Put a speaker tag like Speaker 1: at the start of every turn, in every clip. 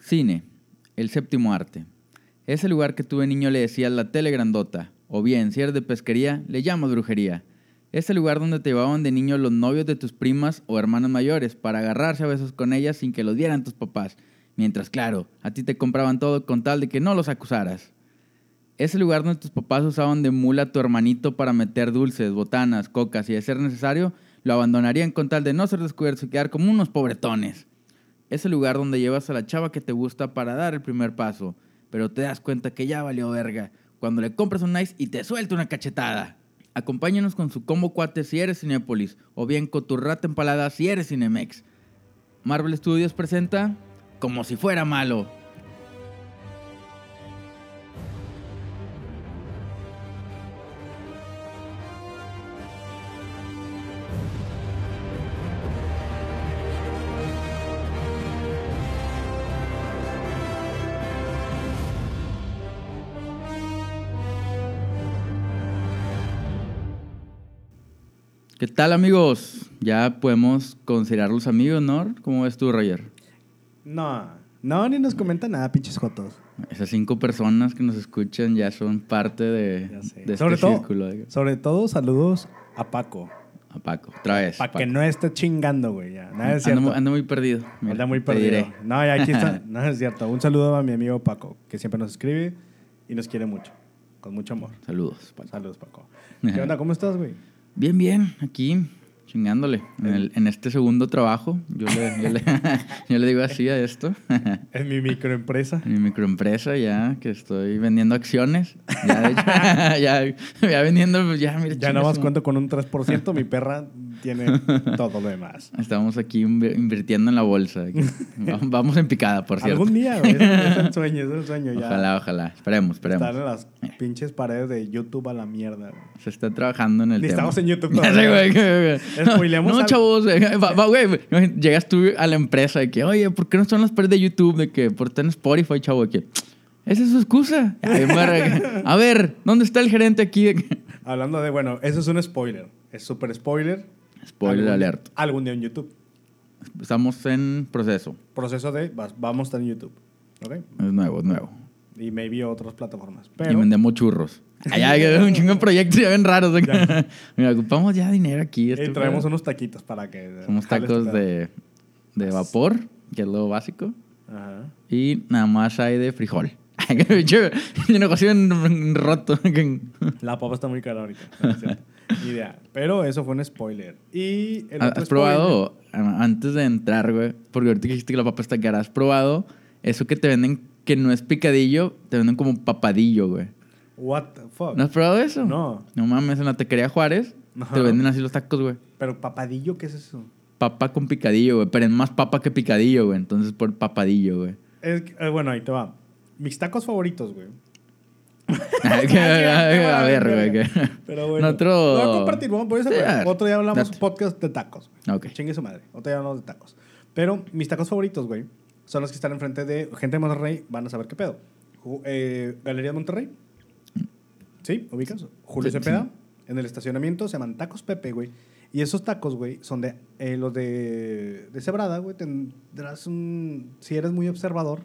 Speaker 1: Cine, el séptimo arte. Ese lugar que tú de niño le decías la tele grandota, o bien, si eres de pesquería, le llamas brujería. Ese lugar donde te llevaban de niño los novios de tus primas o hermanas mayores para agarrarse a besos con ellas sin que los dieran tus papás. Mientras, claro, a ti te compraban todo con tal de que no los acusaras. Ese lugar donde tus papás usaban de mula a tu hermanito para meter dulces, botanas, cocas y, de ser necesario, lo abandonarían con tal de no ser descubierto y quedar como unos pobretones. Ese lugar donde llevas a la chava que te gusta para dar el primer paso, pero te das cuenta que ya valió verga cuando le compras un ice y te suelta una cachetada. Acompáñanos con su combo cuate si eres Cinépolis, o bien con tu rata empalada si eres Cinemex. Marvel Studios presenta Como si fuera malo. ¿Qué tal amigos? Ya podemos considerarlos amigos, ¿no? ¿Cómo ves tú, Roger?
Speaker 2: No, no, ni nos comenta nada, pinches jotos.
Speaker 1: Esas cinco personas que nos escuchan ya son parte de,
Speaker 2: Ya sé.
Speaker 1: de este
Speaker 2: sobre, todo,
Speaker 1: círculo. de-
Speaker 2: sobre todo, saludos a Paco.
Speaker 1: A Paco, otra vez.
Speaker 2: Para
Speaker 1: Paco.
Speaker 2: que no esté chingando, güey. ya. Nada Ah,
Speaker 1: Anda
Speaker 2: es cierto.
Speaker 1: mu- anda muy perdido. Ah, Mira,
Speaker 2: Anda muy
Speaker 1: te
Speaker 2: perdido.
Speaker 1: diré.
Speaker 2: No, y aquí está. No es cierto. Un saludo a mi amigo Paco, que siempre nos escribe y nos quiere mucho. Con mucho amor. Pues,
Speaker 1: Saludos, Paco.
Speaker 2: Saludos, Paco. ¿Qué onda? ¿Cómo estás, güey?
Speaker 1: Bien, bien, aquí chingándole. En, el- en este segundo trabajo, yo le, yo le- yo le digo así a esto. En
Speaker 2: En mi microempresa.
Speaker 1: mi microempresa ya, que estoy vendiendo acciones. Ya, de hecho, ya, ya vendiendo, pues ya, mira,
Speaker 2: Ya
Speaker 1: no
Speaker 2: nada más cuento con un 3%. Mi perra tiene todo lo demás.
Speaker 1: Estamos aquí inv- invirtiendo en la bolsa. Vamos- Vamos en picada, por cierto.
Speaker 2: Algún día, güey. Es, es el sueño, es el sueño. Ya.
Speaker 1: Ojalá, ojalá. Esperemos, esperemos.
Speaker 2: Estar en las pinches paredes de YouTube a la mierda, güey.
Speaker 1: Se está trabajando en el
Speaker 2: Ni
Speaker 1: tema.
Speaker 2: estamos en YouTube
Speaker 1: Ya
Speaker 2: todavía.
Speaker 1: sé, güey, que- que- no,
Speaker 2: Spoileamos
Speaker 1: no,
Speaker 2: al-
Speaker 1: chavos. güey, va- va, güey, güey, Llegas tú a la empresa de que, oye, ¿por qué no están las paredes de YouTube? De que, ¿por qué en Spotify, chavo? De que, esa es su excusa. Ay, madre, a ver, ¿dónde está el gerente aquí? De que-
Speaker 2: Hablando de, bueno, eso es un spoiler. Es súper spoiler.
Speaker 1: Spoiler
Speaker 2: Algún-
Speaker 1: alert.
Speaker 2: Algún día en YouTube.
Speaker 1: Estamos en proceso.
Speaker 2: Proceso de, vas- vamos a estar en YouTube. ¿Ok?
Speaker 1: Es nuevo, es nuevo.
Speaker 2: Y maybe otras plataformas.
Speaker 1: Y
Speaker 2: Pero,
Speaker 1: vendemos churros. Allá que un chingo de proyectos ya ven raros. de que-
Speaker 2: Ya.
Speaker 1: Mira, ocupamos ya dinero aquí.
Speaker 2: y
Speaker 1: este
Speaker 2: traemos
Speaker 1: pedo.
Speaker 2: unos taquitos para que...
Speaker 1: Somos
Speaker 2: jale este
Speaker 1: tacos
Speaker 2: pedo.
Speaker 1: de, de vapor, que es lo básico.
Speaker 2: Ajá.
Speaker 1: Y nada más hay de frijol. Ay, qué bicho, Yo negocio en- en roto.
Speaker 2: La papa está muy cara ahorita. no es cierto. Ni idea. Pero eso fue un spoiler. Y el otro
Speaker 1: ¿Has
Speaker 2: spoiler-
Speaker 1: probado, a- antes de entrar, güey, porque ahorita que dijiste que la papa está cara, ¿has probado eso que te venden que no es picadillo, te venden como papadillo, güey?
Speaker 2: What the fuck?
Speaker 1: ¿No has probado eso?
Speaker 2: Oh. No.
Speaker 1: No mames, en la taquería Juárez te
Speaker 2: Ajá.
Speaker 1: venden así los tacos, güey.
Speaker 2: Pero papadillo, ¿qué es eso?
Speaker 1: Papa con picadillo, güey, pero es más papa que picadillo, güey. Entonces por papadillo, güey.
Speaker 2: Es que- eh, bueno, ahí te va. Mis tacos favoritos, güey.
Speaker 1: Ay, que- a ver, güey. que-
Speaker 2: Pero bueno.
Speaker 1: Otro-
Speaker 2: Lo voy a compartir. Vamos por eso,
Speaker 1: Sí,
Speaker 2: güey.
Speaker 1: a ver.
Speaker 2: Otro día hablamos
Speaker 1: Date.
Speaker 2: podcast de tacos. güey.
Speaker 1: Ah, Ok.
Speaker 2: Chingue su madre. Otro día hablamos de tacos. Pero mis tacos favoritos, güey, son los que están enfrente de gente de Monterrey. Van a saber qué pedo. Ju- eh, Galería de Monterrey. ¿Sí? ¿Ubicas? Julio
Speaker 1: Sí,
Speaker 2: Cepeda.
Speaker 1: sí.
Speaker 2: En el estacionamiento se llaman Tacos Pepe, güey. Y esos tacos, güey, son de eh, los de, de cebrada, güey. Tendrás un. Si eres muy observador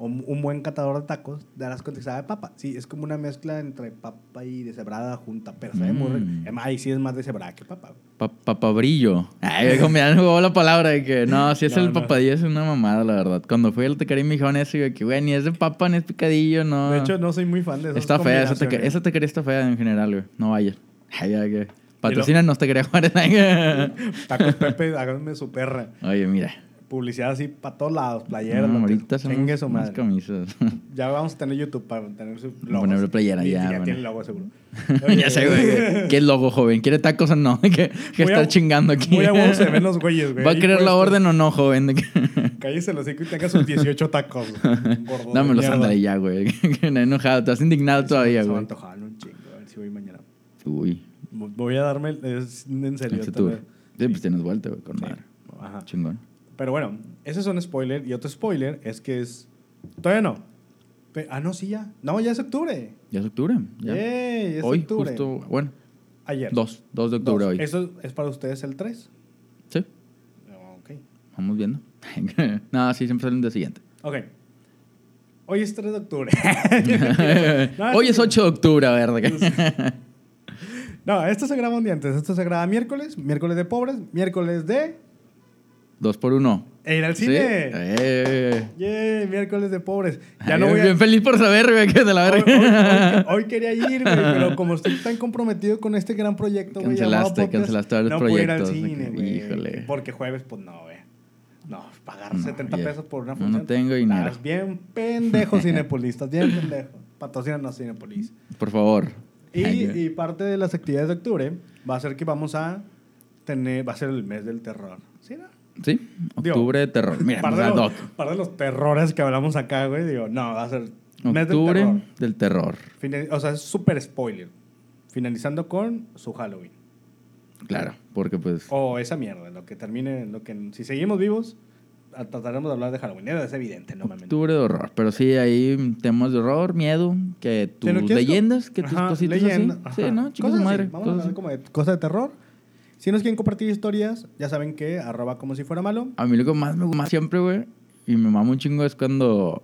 Speaker 2: o un un buen catador de tacos, darás cuenta que sabe a papa. Sí, es como una mezcla entre papa y de cebrada junta, pero sabe muy rico.
Speaker 1: Mm.
Speaker 2: Además, Ahí sí es más de cebrada que papa. güey.
Speaker 1: Pa- papabrillo. Ay, como ya no jugó la palabra de que no, si es
Speaker 2: No,
Speaker 1: el
Speaker 2: no.
Speaker 1: papadillo es una mamada, la verdad. Cuando fui al taquería me dijeron eso y yo que, güey, ni es de papa ni es picadillo, no.
Speaker 2: De hecho, no soy muy fan de esas
Speaker 1: Ah. está fea, esa taquería,
Speaker 2: combinaciones.
Speaker 1: esa taquería está fea en general, güey. No vayas. Ay, ya que. Patrocínanos, taquería Juárez. ay, que-
Speaker 2: Tacos Pepe, háganme su perra.
Speaker 1: Oye, mira.
Speaker 2: Publicidad así para todos lados, playeras.
Speaker 1: No,
Speaker 2: lo que-
Speaker 1: ahorita
Speaker 2: Chingue
Speaker 1: somos
Speaker 2: su
Speaker 1: más
Speaker 2: madre.
Speaker 1: camisas.
Speaker 2: Ya vamos a tener YouTube para tener su logo.
Speaker 1: Ponerle playera, ya,
Speaker 2: Ya
Speaker 1: bueno.
Speaker 2: tiene logo seguro.
Speaker 1: ya sé, güey. que- ¿Qué logo, joven? ¿Quiere tacos o no? que que
Speaker 2: eh. Muy a-
Speaker 1: estar chingando aquí.
Speaker 2: Muy a huevo se ven los güeyes, güey. pues,
Speaker 1: ¿Va a
Speaker 2: Ahí
Speaker 1: querer la
Speaker 2: puestos.
Speaker 1: orden o no, joven? De que-
Speaker 2: Cállese los hocico y tenga sus 18 tacos. gordo de
Speaker 1: Dámelos,
Speaker 2: mierda.
Speaker 1: ándale ya, güey. Que no he enojado, estás indignado todavía,
Speaker 2: Se me
Speaker 1: güey.
Speaker 2: antojaron un chingo. A ver si voy mañana.
Speaker 1: Uy.
Speaker 2: Voy a darme... el- Es, en serio.
Speaker 1: Ese tour.
Speaker 2: también.
Speaker 1: Sí, pues tienes vuelta, güey, con
Speaker 2: Sí.
Speaker 1: madre.
Speaker 2: Ajá.
Speaker 1: Chingón.
Speaker 2: Pero bueno, ese es un spoiler. Y otro spoiler es que es... Todavía no. Pe- ah, no, sí ya. No, ya es octubre.
Speaker 1: Ya es octubre. Ya.
Speaker 2: Yay, es
Speaker 1: hoy,
Speaker 2: octubre.
Speaker 1: justo, bueno,
Speaker 2: Ayer.
Speaker 1: 2, 2 de octubre
Speaker 2: Dos.
Speaker 1: hoy.
Speaker 2: Eso es para ustedes el Oh, 3.
Speaker 1: Sí,
Speaker 2: Ok.
Speaker 1: vamos viendo. Nada, sí, siempre sale el día siguiente.
Speaker 2: Ok. Hoy es 3 de octubre. No,
Speaker 1: Hoy es
Speaker 2: esto-
Speaker 1: 8 de octubre, a ver.
Speaker 2: No, esto se graba un día antes. Esto se graba miércoles, miércoles de pobres, miércoles de
Speaker 1: Dos por uno.
Speaker 2: e ir al
Speaker 1: ¿Sí?
Speaker 2: cine.
Speaker 1: Eh.
Speaker 2: Yeah, miércoles de pobres. Ya
Speaker 1: Ay,
Speaker 2: no voy a...
Speaker 1: Bien feliz por saber, güey, que de la
Speaker 2: Hoy,
Speaker 1: verga.
Speaker 2: hoy- hoy- hoy quería ir, güey, pero como estoy tan comprometido con este gran proyecto, güey, llamado
Speaker 1: Cancelaste,
Speaker 2: podcast,
Speaker 1: cancelaste varios
Speaker 2: no pude ir al
Speaker 1: proyectos,
Speaker 2: cine,
Speaker 1: ok.
Speaker 2: güey.
Speaker 1: Híjole.
Speaker 2: Porque jueves, pues no, güey. No, pagar
Speaker 1: No,
Speaker 2: 70
Speaker 1: ya.
Speaker 2: pesos por una
Speaker 1: No,
Speaker 2: función.
Speaker 1: no tengo dinero.
Speaker 2: Estás bien pendejo, Cinepolistas, bien pendejo. Patrocínanos Cinepolis.
Speaker 1: Por favor.
Speaker 2: Y,
Speaker 1: Ay, güey.
Speaker 2: y parte de las actividades de octubre va a ser que vamos a tener, va a ser el mes del terror. ¿Sí, no?
Speaker 1: ¿Sí? Octubre de terror. Mira,
Speaker 2: Par
Speaker 1: o
Speaker 2: de,
Speaker 1: sea,
Speaker 2: los,
Speaker 1: doc.
Speaker 2: par de los terrores que hablamos acá, güey, digo, no, va a ser mes del
Speaker 1: Octubre
Speaker 2: terror.
Speaker 1: del terror.
Speaker 2: Fina- O sea, es súper spoiler. Finalizando con su Halloween.
Speaker 1: Claro, porque pues.
Speaker 2: O esa mierda, lo que termine, lo que si seguimos vivos, a- trataremos de hablar de Halloween. Es evidente, no mames.
Speaker 1: Octubre de horror. Pero sí, hay temas de horror, miedo, que tus
Speaker 2: Pero, ¿qué es lo-
Speaker 1: leyendas, que tus
Speaker 2: Ajá,
Speaker 1: cositas
Speaker 2: leyenda,
Speaker 1: así.
Speaker 2: ajá.
Speaker 1: Sí, ¿no? Chicos,
Speaker 2: Cosas así.
Speaker 1: madre.
Speaker 2: Vamos
Speaker 1: cosas
Speaker 2: a hablar
Speaker 1: así.
Speaker 2: como de cosas de terror. Si nos quieren compartir historias, ya saben que arroba como si fuera malo.
Speaker 1: A mí lo que más me gusta siempre, güey, y me mama un chingo es cuando.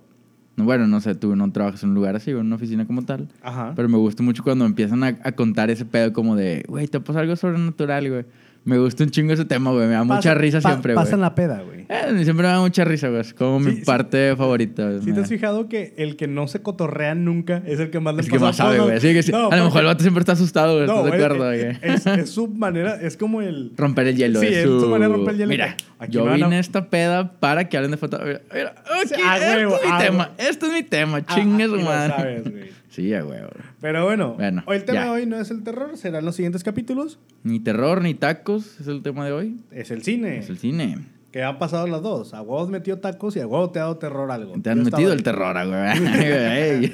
Speaker 1: no, Bueno, no sé, tú no trabajas en un lugar así, o en una oficina como tal.
Speaker 2: Ajá.
Speaker 1: Pero me gusta mucho cuando empiezan a, a contar ese pedo como de, güey, te pasa algo sobrenatural, güey. Me gusta un chingo ese tema, güey. Me da mucha
Speaker 2: Pasa-
Speaker 1: risa
Speaker 2: pa-
Speaker 1: siempre, güey.
Speaker 2: Pasan la peda, güey.
Speaker 1: Eh, siempre me da mucha risa, güey. Es como mi
Speaker 2: Sí, sí.
Speaker 1: parte favorita. güey.
Speaker 2: Si te
Speaker 1: Me-
Speaker 2: has fijado que el que no se cotorrea nunca es el que más le
Speaker 1: Es que
Speaker 2: pasa
Speaker 1: más sabe,
Speaker 2: cosas?
Speaker 1: güey. Así que sí.
Speaker 2: No,
Speaker 1: a
Speaker 2: porque-
Speaker 1: lo mejor el vato siempre está asustado, güey.
Speaker 2: No,
Speaker 1: ¿Estás de
Speaker 2: güey,
Speaker 1: acuerdo, güey?
Speaker 2: es, es, es su manera, es como el...
Speaker 1: Romper el hielo.
Speaker 2: Sí, es su manera de romper el hielo.
Speaker 1: Mira,
Speaker 2: Aquí
Speaker 1: yo
Speaker 2: me van
Speaker 1: vine
Speaker 2: a-
Speaker 1: a esta peda para que hablen de fotografía. Mira, aquí,
Speaker 2: Sí, a
Speaker 1: este
Speaker 2: huevo,
Speaker 1: es mi
Speaker 2: a
Speaker 1: tema.
Speaker 2: huevo.
Speaker 1: Este es mi tema.
Speaker 2: Ah,
Speaker 1: Chingue su
Speaker 2: aquí lo
Speaker 1: madre.
Speaker 2: sabes, güey.
Speaker 1: Sí, a huevo.
Speaker 2: Pero bueno,
Speaker 1: Bueno,
Speaker 2: hoy el tema
Speaker 1: ya.
Speaker 2: de hoy no es el terror, serán los siguientes capítulos.
Speaker 1: Ni terror, ni tacos es el tema de hoy.
Speaker 2: Es el cine,
Speaker 1: Es el cine.
Speaker 2: que ha pasado las dos. A huevos metió tacos y a huevos te ha dado terror algo.
Speaker 1: Te han
Speaker 2: Yo
Speaker 1: metido el
Speaker 2: estaba-
Speaker 1: terror, güey.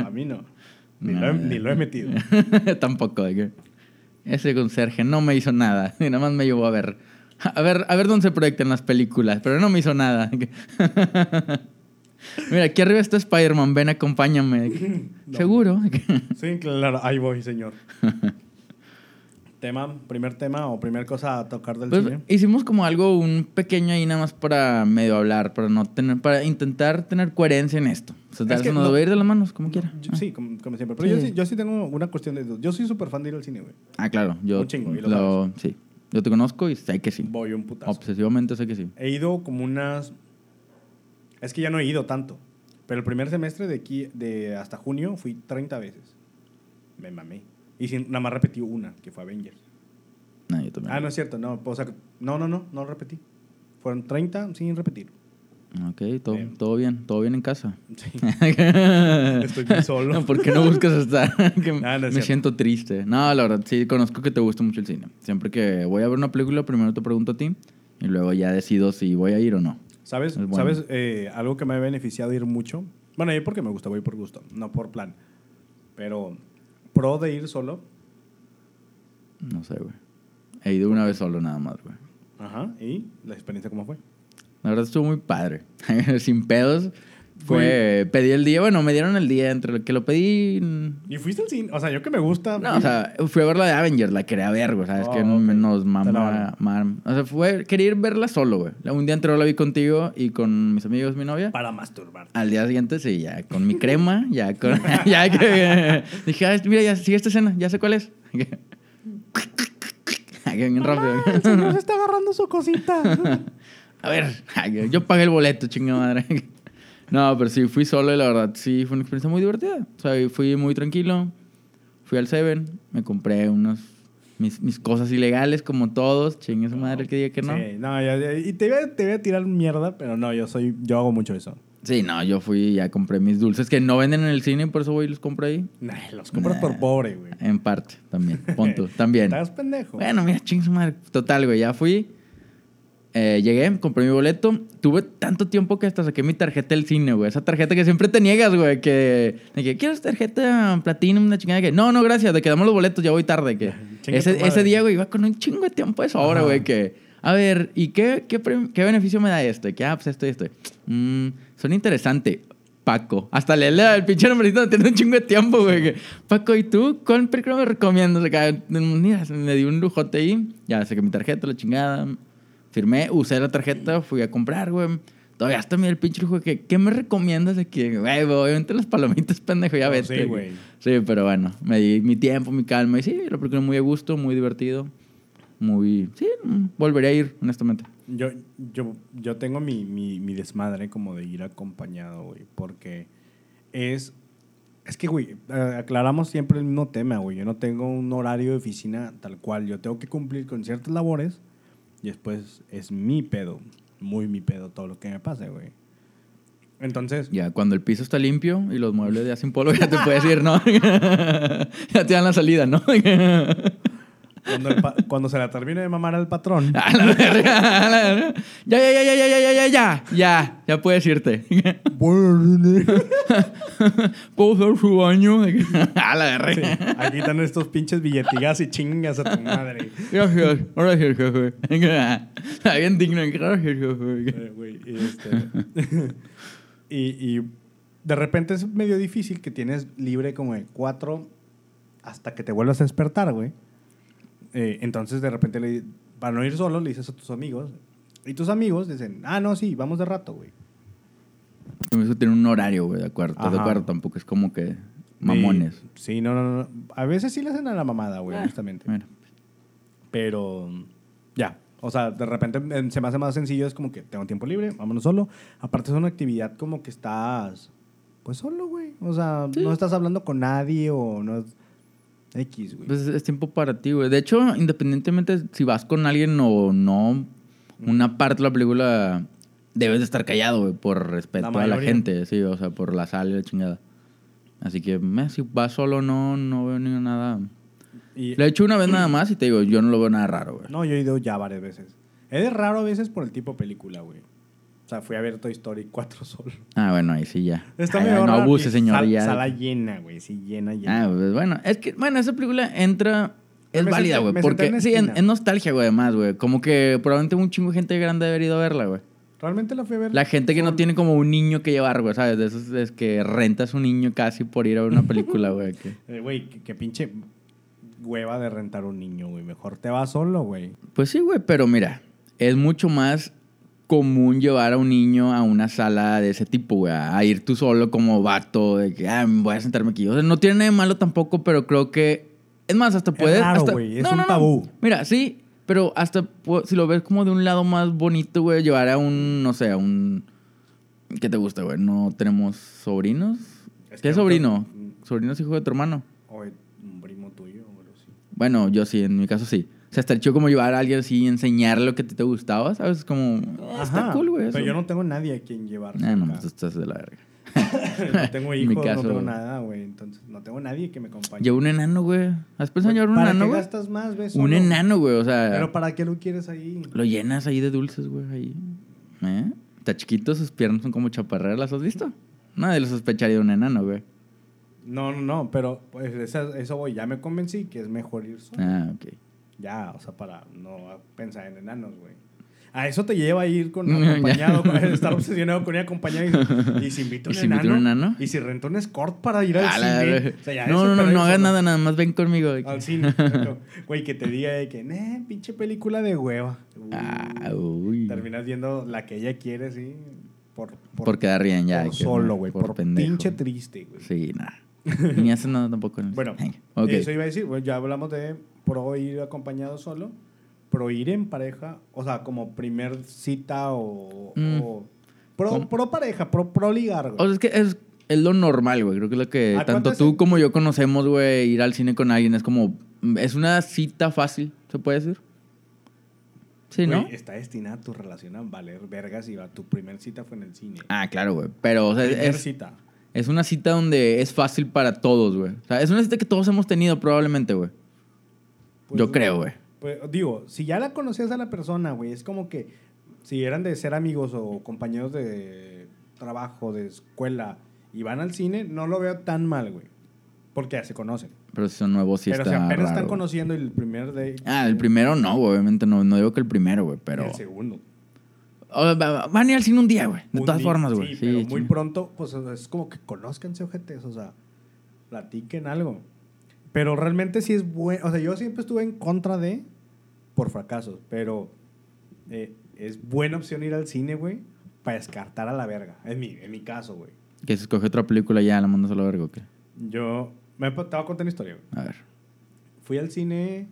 Speaker 2: a mí no. Ni, lo, he,
Speaker 1: No.
Speaker 2: ni lo he metido.
Speaker 1: Ey. Tampoco, de que- Ese conserje no me hizo nada. Nada más me llevó a ver. A ver, a ver dónde se proyectan las películas, pero no me hizo nada. Mira, aquí arriba está Spider-Man, ven, acompáñame.
Speaker 2: No.
Speaker 1: ¿Seguro? Pues,
Speaker 2: Sí, claro, ahí voy, señor. tema, primer tema o primer cosa a tocar del
Speaker 1: Pues,
Speaker 2: cine.
Speaker 1: hicimos como algo, un pequeño ahí nada más para medio hablar, para no tener, para intentar tener coherencia en esto. O sea, tal
Speaker 2: Es
Speaker 1: vez
Speaker 2: que
Speaker 1: nos
Speaker 2: no-
Speaker 1: va a ir de las manos, como quiera.
Speaker 2: Yo-
Speaker 1: Ah.
Speaker 2: sí, como, como siempre. Pero Yo,
Speaker 1: Sí.
Speaker 2: sí, yo sí tengo una cuestión de Yo soy súper fan de ir al cine, güey.
Speaker 1: Ah, claro. Yo,
Speaker 2: Un chingo, y lo
Speaker 1: sí. Yo te conozco y sé que sí.
Speaker 2: Voy un putazo.
Speaker 1: Obsesivamente sé que sí.
Speaker 2: He ido como unas. Es que ya no he ido tanto. Pero el primer semestre de aquí, de hasta junio, fui 30 veces. Me mamé. Y sin- nada más repetí una, que fue Avengers.
Speaker 1: No, yo también.
Speaker 2: Ah, no es cierto, no. O sea, no, no, no, no repetí. Fueron 30 sin repetir.
Speaker 1: Ok, todo,
Speaker 2: Bien.
Speaker 1: todo bien. Todo bien en casa.
Speaker 2: Sí.
Speaker 1: Estoy
Speaker 2: muy solo.
Speaker 1: ¿Por qué no buscas estar? Que
Speaker 2: Ah, no es
Speaker 1: me
Speaker 2: cierto.
Speaker 1: siento triste. No, la verdad, sí, conozco que te gusta mucho el cine. Siempre que voy a ver una película, primero te pregunto a ti y luego ya decido si voy a ir o no.
Speaker 2: ¿Sabes?
Speaker 1: Es bueno.
Speaker 2: ¿Sabes? eh, algo que me ha beneficiado ir mucho. Bueno, ir porque me gusta, voy por gusto, no por plan. Pero pro de ir solo.
Speaker 1: No sé, güey. He ido una vez solo nada más, güey.
Speaker 2: Ajá. ¿Y la experiencia cómo fue?
Speaker 1: La verdad estuvo muy padre. Sin pedos. Fue, pedí el día, bueno, me dieron el día entre lo que lo pedí. mm,
Speaker 2: ¿Y fuiste al cine? O sea, yo que me gusta.
Speaker 1: No,
Speaker 2: fui-
Speaker 1: o sea, fui a ver la de Avengers, la quería ver, güey, sabes
Speaker 2: Oh,
Speaker 1: que
Speaker 2: ok.
Speaker 1: me- nos
Speaker 2: Te la
Speaker 1: mama,
Speaker 2: valgo.
Speaker 1: mar- O sea, fue, quería ir verla solo, güey. La- Un día anterior la vi contigo y con mis amigos, mi novia.
Speaker 2: Para masturbarte.
Speaker 1: Al día siguiente, sí, ya con mi crema, ya con. ya que. dije, "Ah, mira, ya sigue esta escena, ya sé cuál es. Ay, Bien rápido.
Speaker 2: El señor se está agarrando su cosita.
Speaker 1: A ver, ay, yo pagué el boleto, chinga madre. No, pero sí, fui solo y la verdad sí fue una experiencia muy divertida. O sea, y fui muy tranquilo. Fui al Seven, me compré unos, mis, mis cosas ilegales como todos. Chingue su madre el que diga que no. Sí.
Speaker 2: Sí, no, ya- ya- y te voy, a, te voy a tirar mierda, pero no, yo soy, yo hago mucho eso.
Speaker 1: no, yo fui y ya compré mis dulces que no venden en el cine, por eso voy y los compré ahí.
Speaker 2: Nah, los compras
Speaker 1: Nah.
Speaker 2: por pobre, güey.
Speaker 1: En parte, también. Punto, también.
Speaker 2: Estás pendejo.
Speaker 1: Bueno, mira, ching su madre. Total, güey, ya fui. Eh, llegué, compré mi boleto. Tuve tanto tiempo que hasta saqué mi tarjeta del cine, güey. Esa tarjeta que siempre te niegas, güey. Que, de que ¿quieres tarjeta platinum? Una chingada que. No, no, gracias. Te quedamos los boletos, ya voy tarde. Que
Speaker 2: Chinga tu
Speaker 1: ese,
Speaker 2: madre.
Speaker 1: ese día, güey, iba con un chingo de tiempo de sobra,
Speaker 2: Ajá.
Speaker 1: güey. Que, a ver, ¿y qué, qué, pre- qué beneficio me da esto? Que, ah, pues esto y esto. Mm, suena interesante. Paco. Hasta le lea el pinche numerito, tiene un chingo de tiempo, güey. que, Paco, ¿y tú cuál película me recomiendas? Acá, mm, mira, me di un lujote ahí. Ya saqué mi tarjeta, la chingada. Firmé, usé la tarjeta, fui a comprar, güey. Todavía hasta mira el pinche lujo que, ¿qué me recomiendas aquí? Güey, obviamente las palomitas, pendejo, ya
Speaker 2: No,
Speaker 1: vete.
Speaker 2: Pues sí, güey.
Speaker 1: Sí, pero bueno, me di mi tiempo, mi calma. Y sí, lo procuré muy a gusto, muy divertido. Muy. Sí, mm, volvería a ir, honestamente.
Speaker 2: Yo, yo, yo tengo mi, mi, mi desmadre como de ir acompañado, güey, porque es... Es que, güey, eh, aclaramos siempre el mismo tema, güey. Yo no tengo un horario de oficina tal cual. Yo tengo que cumplir con ciertas labores y después es mi pedo, muy mi pedo todo lo que me pase, güey. Entonces,
Speaker 1: Ya, cuando el piso está limpio y los muebles ya sin polvo, ya te puedes ir, ¿no? ya te dan la salida, ¿no?
Speaker 2: cuando, el pa- cuando se la termine de mamar al patrón,
Speaker 1: A la verga, a la verga. Ya, ya, ya, ya, ya, ya, ya, ya, ya, ya, ya puedes irte. ¿Puedo usar su baño? a la
Speaker 2: sí,
Speaker 1: verga.
Speaker 2: aquí están estos pinches billetigas y chingas a tu madre.
Speaker 1: Gracias, gracias, jefe. Está bien digno, gracias, jefe.
Speaker 2: Eh, güey, y, este, y- y de repente es medio difícil que tienes libre como de cuatro hasta que te vuelvas a despertar, güey. Eh, entonces, de repente, le- para no ir solo, le dices a tus amigos. Y tus amigos dicen, ah, no, sí, vamos de rato, güey.
Speaker 1: Eso tiene un horario, güey, de acuerdo. ¿estás De
Speaker 2: Ajá.
Speaker 1: acuerdo, tampoco es como que mamones.
Speaker 2: Y- sí, no, no, no. A veces sí le hacen a la mamada, güey, honestamente.
Speaker 1: Mira.
Speaker 2: Pero ya, o sea, de repente em, se me hace más sencillo, es como que tengo tiempo libre, vámonos solo. Aparte es una actividad como que estás, pues solo, güey. O sea, no estás hablando con nadie o no es X, güey.
Speaker 1: Pues es tiempo para ti, güey. De hecho, independientemente si vas con alguien o no, una parte de la película debes de estar callado, güey, por respeto a la
Speaker 2: mayoría.
Speaker 1: gente, sí, o sea, por la sal y la chingada. Así que, meh, si vas solo, no, no veo ni nada.
Speaker 2: Y-
Speaker 1: Lo he hecho una vez nada más y te digo, yo no lo veo nada raro, güey.
Speaker 2: no, yo he ido ya varias veces. Es raro a veces por el tipo de película, güey. O sea, fui a ver Toy Story 4 solo.
Speaker 1: Ah, bueno, ahí sí ya.
Speaker 2: Está
Speaker 1: Ay,
Speaker 2: medio
Speaker 1: ay, no
Speaker 2: raro.
Speaker 1: abuse,
Speaker 2: y
Speaker 1: señor,
Speaker 2: sal-
Speaker 1: ya.
Speaker 2: Sala llena, güey. Sí, llena, llena.
Speaker 1: Ah, pues bueno, es que, bueno, esa película entra, es
Speaker 2: Me
Speaker 1: válida,
Speaker 2: senté-
Speaker 1: güey,
Speaker 2: me senté en
Speaker 1: porque
Speaker 2: la
Speaker 1: sí, en,
Speaker 2: esquina.
Speaker 1: en nostalgia, güey, además, güey, como que probablemente un chingo de gente grande debe haber ido a verla, güey.
Speaker 2: Realmente la fui a ver.
Speaker 1: La gente que no tiene como un niño que llevar, güey, ¿sabes? De esos es que rentas un niño casi por ir a ver una película, güey. que-
Speaker 2: Eh, Güey, qué qué pinche hueva de rentar un niño, güey. Mejor te vas solo, güey.
Speaker 1: Pues sí, güey, pero mira, es mucho más común llevar a un niño a una sala de ese tipo, güey, a ir tú solo como vato, de que, ah, voy a sentarme aquí. O sea, no tiene nada de malo tampoco, pero creo que... Es más, hasta puedes...
Speaker 2: raro,
Speaker 1: hasta-
Speaker 2: güey, es un tabú.
Speaker 1: Mira, sí, pero hasta pu- si lo ves como de un lado más bonito, güey, llevar a un, no sé, a un... ¿Qué te gusta, güey? ¿No tenemos sobrinos?
Speaker 2: Es
Speaker 1: ¿Qué
Speaker 2: que
Speaker 1: sobrino?
Speaker 2: ahorita-
Speaker 1: ¿Sobrino es hijo de tu hermano?
Speaker 2: O de un primo tuyo o algo así.
Speaker 1: Bueno, yo sí, en mi caso sí. O sea, está chido como llevar a alguien así y enseñarle lo que a ti te gustaba, ¿sabes? Es como, ah, está cool, güey.
Speaker 2: Pero
Speaker 1: eso.
Speaker 2: yo no tengo nadie a quien llevar.
Speaker 1: Ah, no,
Speaker 2: acá.
Speaker 1: tú estás de la verga.
Speaker 2: no tengo
Speaker 1: en mi
Speaker 2: hijos,
Speaker 1: caso-
Speaker 2: no tengo nada, güey. Entonces, no tengo nadie que me acompañe.
Speaker 1: Llevo un enano, güey. ¿Has pensado en llevar
Speaker 2: Güey,
Speaker 1: un
Speaker 2: ¿Para
Speaker 1: enano,
Speaker 2: qué
Speaker 1: güey?
Speaker 2: gastas más, güey?
Speaker 1: Un
Speaker 2: solo?
Speaker 1: enano, güey. O sea,
Speaker 2: Pero ¿para qué lo quieres ahí?
Speaker 1: lo llenas ahí de dulces, güey. Ahí. ¿Eh? Está chiquito, sus piernas son como chaparreras, ¿las has visto? Nadie lo sospecharía de un enano, güey.
Speaker 2: No, no, no. Pero pues, esa- eso, güey, ya me convencí que es mejor ir solo.
Speaker 1: Ah, ok.
Speaker 2: Ya, o sea, para no pensar en enanos, güey. A eso te lleva a ir con
Speaker 1: Ya.
Speaker 2: acompañado, con- estar obsesionado con ir acompañado y, y si invito a
Speaker 1: ¿Y
Speaker 2: un,
Speaker 1: si invito a
Speaker 2: enano,
Speaker 1: un enano?
Speaker 2: y si rento un escort para ir al
Speaker 1: Ah, la
Speaker 2: cine.
Speaker 1: verga.
Speaker 2: O sea, ya
Speaker 1: no,
Speaker 2: eso,
Speaker 1: no, no,
Speaker 2: pero
Speaker 1: no
Speaker 2: eso,
Speaker 1: hagas
Speaker 2: ¿no?
Speaker 1: nada, nada más ven conmigo.
Speaker 2: Al cine. Güey, que te diga de que, eh, pinche película de hueva. Uy.
Speaker 1: Ah, uy.
Speaker 2: Terminas viendo la que ella quiere, sí. Por, por,
Speaker 1: Por quedar bien, ya.
Speaker 2: por
Speaker 1: que-
Speaker 2: solo, güey. Por,
Speaker 1: pendejo.
Speaker 2: pinche triste, güey.
Speaker 1: Sí, nada. Ni hacen nada tampoco. en el-
Speaker 2: Bueno, eh,
Speaker 1: Venga. Ok.
Speaker 2: eso iba a decir, bueno, ya hablamos de pro ir acompañado solo, pro ir en pareja, o sea, como primer cita o...
Speaker 1: Mm.
Speaker 2: o- pro,
Speaker 1: ¿Cómo?
Speaker 2: pro pareja, pro, pro ligar,
Speaker 1: O
Speaker 2: güey.
Speaker 1: sea, es que es, es lo normal, güey. Creo que es lo que
Speaker 2: ¿A cuánto
Speaker 1: tanto
Speaker 2: es
Speaker 1: tú
Speaker 2: el-
Speaker 1: como yo conocemos, güey, ir al cine con alguien es como. Es una cita fácil, ¿se puede decir? Sí, ¿no?
Speaker 2: Güey, está destinada tu relación a valer vergas y va, tu primer cita fue en el cine.
Speaker 1: Ah, claro, güey. Pero, o sea,
Speaker 2: Primer
Speaker 1: es,
Speaker 2: cita.
Speaker 1: es una cita donde es fácil para todos, güey. O sea, es una cita que todos hemos tenido, probablemente, güey.
Speaker 2: Pues,
Speaker 1: yo creo, güey.
Speaker 2: Pues, digo, si ya la conocías a la persona, güey, es como que si eran de ser amigos o compañeros de trabajo, de escuela, y van al cine, no lo veo tan mal, güey. Porque ya se conocen.
Speaker 1: Pero si son nuevos, sí
Speaker 2: pero si
Speaker 1: está.
Speaker 2: apenas
Speaker 1: raro,
Speaker 2: están
Speaker 1: güey.
Speaker 2: conociendo el primer de
Speaker 1: Ah, el primero no, güey, obviamente. No, no digo que el primero, güey, pero.
Speaker 2: El segundo.
Speaker 1: O sea, va- va- van a ir al cine un día, güey. De
Speaker 2: Un
Speaker 1: todas
Speaker 2: día,
Speaker 1: formas, güey.
Speaker 2: Sí, pero muy
Speaker 1: chinga.
Speaker 2: pronto, pues o sea, es como que conózcanse, ojetes, o sea, platiquen algo. Pero realmente sí es bueno. O sea, yo siempre estuve en contra de por fracasos, pero eh, es buena opción ir al cine, güey. para descartar a la verga. En mi, en mi caso, güey.
Speaker 1: Que se escoge otra película y ya, la mandas a la verga, ¿o qué?
Speaker 2: Yo. Me, te voy a contar una historia, güey.
Speaker 1: A ver.
Speaker 2: Fui al cine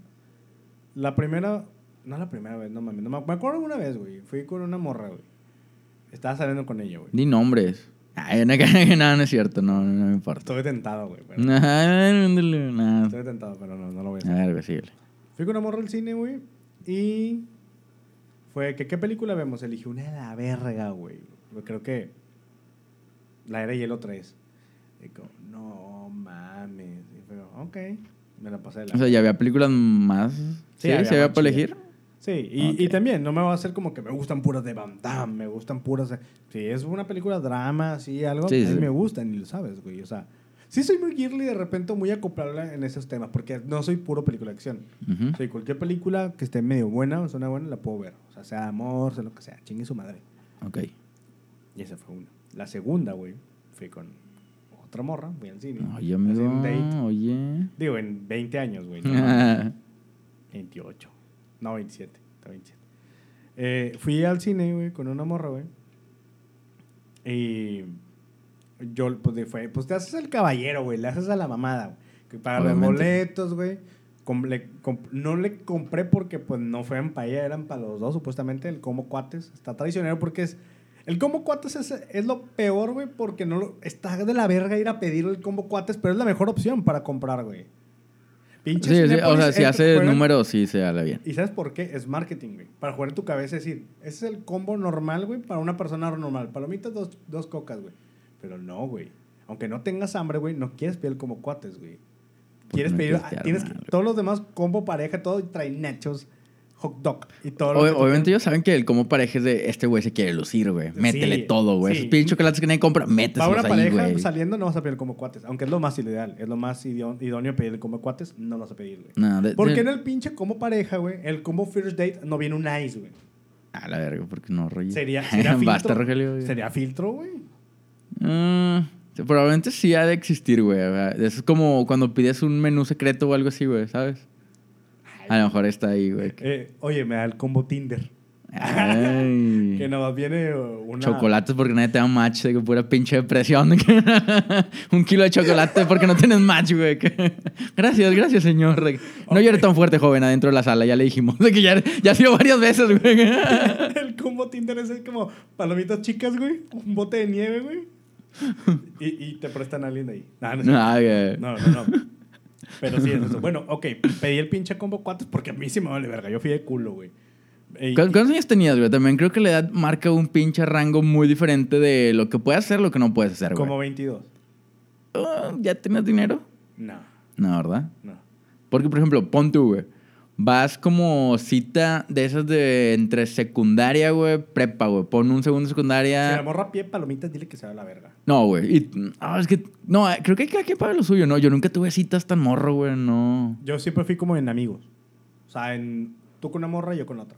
Speaker 2: la primera, no la primera vez, no mames, no me me acuerdo una vez, güey. Fui con una morra, güey. Estaba saliendo con ella, güey.
Speaker 1: Di nombres. Ay, no, no, no es cierto, no, no, no me importa.
Speaker 2: Estoy tentado, güey. pero-
Speaker 1: Ay, ándale, no.
Speaker 2: Estoy tentado, pero no, no lo voy a
Speaker 1: A
Speaker 2: hacer.
Speaker 1: ver, güey, síguele.
Speaker 2: Fui con una morra al cine, güey. Y fue que, ¿qué película vemos? Elegí una de la verga, güey. Yo Creo que la era hielo 3. Y como, no mames. Y fue, como, ok. Me la pasé de la
Speaker 1: O sea, ¿ya había películas más? Sí,
Speaker 2: había
Speaker 1: ¿Se había
Speaker 2: más
Speaker 1: para
Speaker 2: chidas.
Speaker 1: elegir?
Speaker 2: Sí, y, y
Speaker 1: Ok.
Speaker 2: también no me va a hacer como que me gustan puras de Van Damme, me gustan puras... de- Si es una película drama, así, algo,
Speaker 1: Sí,
Speaker 2: a mí
Speaker 1: sí.
Speaker 2: me gustan y lo sabes, güey. O sea, sí soy muy girly de repente, muy acoplable en esos temas, porque no soy puro película de acción.
Speaker 1: Ujú.
Speaker 2: Soy cualquier película que esté medio buena o suena buena, la puedo ver. O sea, sea de amor, sea lo que sea, chingue su madre.
Speaker 1: Ok.
Speaker 2: Y esa fue una. La segunda, güey, fui con otra morra, fui al cine.
Speaker 1: Oye,
Speaker 2: Así,
Speaker 1: amigo,
Speaker 2: un date.
Speaker 1: oye.
Speaker 2: Digo, en 20 años, güey. no mames. 28. No, 27. Está 27. Eh, fui al cine, güey, con una morra, güey. Y yo, pues, de- fue, pues te haces el caballero, güey. Le haces a la mamada, güey. Que paga los
Speaker 1: Obviamente.
Speaker 2: boletos, güey. Com- le- com- no le compré porque, pues, no fueron para ella, eran para los dos, supuestamente. El como cuates. Está traicionero porque es... El combo cuates es, es lo peor, güey, porque no lo- está de la verga ir a pedir el combo cuates, pero es la mejor opción para comprar, güey. Pinche
Speaker 1: Sí, sí, o
Speaker 2: Cinépolis,
Speaker 1: sea, si
Speaker 2: eh,
Speaker 1: hace
Speaker 2: juegan-
Speaker 1: números, sí se habla bien.
Speaker 2: ¿Y sabes por qué? Es marketing, güey. Para jugar en tu cabeza es decir, ese es el combo normal, güey, para una persona normal. Palomitas, dos, dos cocas, güey. Pero no, güey. Aunque no tengas hambre, güey, no quieres pedir como cuates, güey. Quieres
Speaker 1: no
Speaker 2: pedir...
Speaker 1: Pues quieres quedar
Speaker 2: tienes
Speaker 1: mal, güey.
Speaker 2: todos los demás combo pareja, todo trae nachos, hot dog y todo lo
Speaker 1: Ob-
Speaker 2: que tú
Speaker 1: obviamente
Speaker 2: quieras.
Speaker 1: ellos saben que el como pareja es de este güey se quiere lucir, güey.
Speaker 2: Sí,
Speaker 1: Métele todo, güey.
Speaker 2: sí.
Speaker 1: Esos pinches chocolates que nadie compra,
Speaker 2: Para una
Speaker 1: méteselos ahí,
Speaker 2: pareja
Speaker 1: güey.
Speaker 2: saliendo no vas a pedir como cuates. Aunque es lo más ideal. Es lo más idó- idóneo pedir el combo cuates. No lo vas a pedir, güey.
Speaker 1: No, de-
Speaker 2: ¿Por
Speaker 1: de-
Speaker 2: qué en el pinche combo pareja, güey? El combo first date no viene un ice, güey.
Speaker 1: A la verga, porque no, Roger.
Speaker 2: Sería, sería filtro.
Speaker 1: Basta, Rogelio. güey.
Speaker 2: Sería filtro, güey.
Speaker 1: Mm, sí, probablemente sí ha de existir, güey. ¿verdad? Eso es como cuando pides un menú secreto o algo así, güey, ¿sabes? A lo mejor está ahí, güey.
Speaker 2: Eh, oye, me da el combo Tinder.
Speaker 1: Ay.
Speaker 2: Que nada más viene eh, una.
Speaker 1: Chocolates porque nadie te da match, de que pura pinche depresión. un kilo de chocolate porque no tienes match, güey. que- gracias, gracias, señor. de que- No llores tan fuerte, joven, adentro de la sala, ya le dijimos. De que ya, ya ha sido varias veces, güey.
Speaker 2: el combo Tinder es como palomitas chicas, güey. Un bote de nieve, güey. Y, y te prestan a alguien de ahí. Nah, no, es
Speaker 1: Ay, güey.
Speaker 2: No, no, no. Pero sí, es eso. Bueno, ok, pedí el pinche combo cuates porque a mí sí me vale verga. Yo fui de culo, güey. Eh,
Speaker 1: ¿Cu- ¿Cuántos años tenías, güey? También creo que la edad marca un pinche rango muy diferente de lo que puedes hacer, lo que no puedes hacer, güey.
Speaker 2: como 22.
Speaker 1: Ah, ¿Ya tenías dinero?
Speaker 2: No,
Speaker 1: No, ¿verdad?
Speaker 2: no.
Speaker 1: Porque, por ejemplo, pon tú, güey. Vas como cita de esas de entre secundaria, güey, prepa, güey. Pon un segundo de
Speaker 2: Si
Speaker 1: secundaria.
Speaker 2: la morra pie palomitas, dile que se va a la verga.
Speaker 1: No, güey. Y, ah, es que. No, eh, creo que cada quien paga lo suyo, ¿no? Yo nunca tuve citas tan morro, güey, no.
Speaker 2: Yo siempre fui como en amigos. O sea, en, tú con una morra, yo con otra.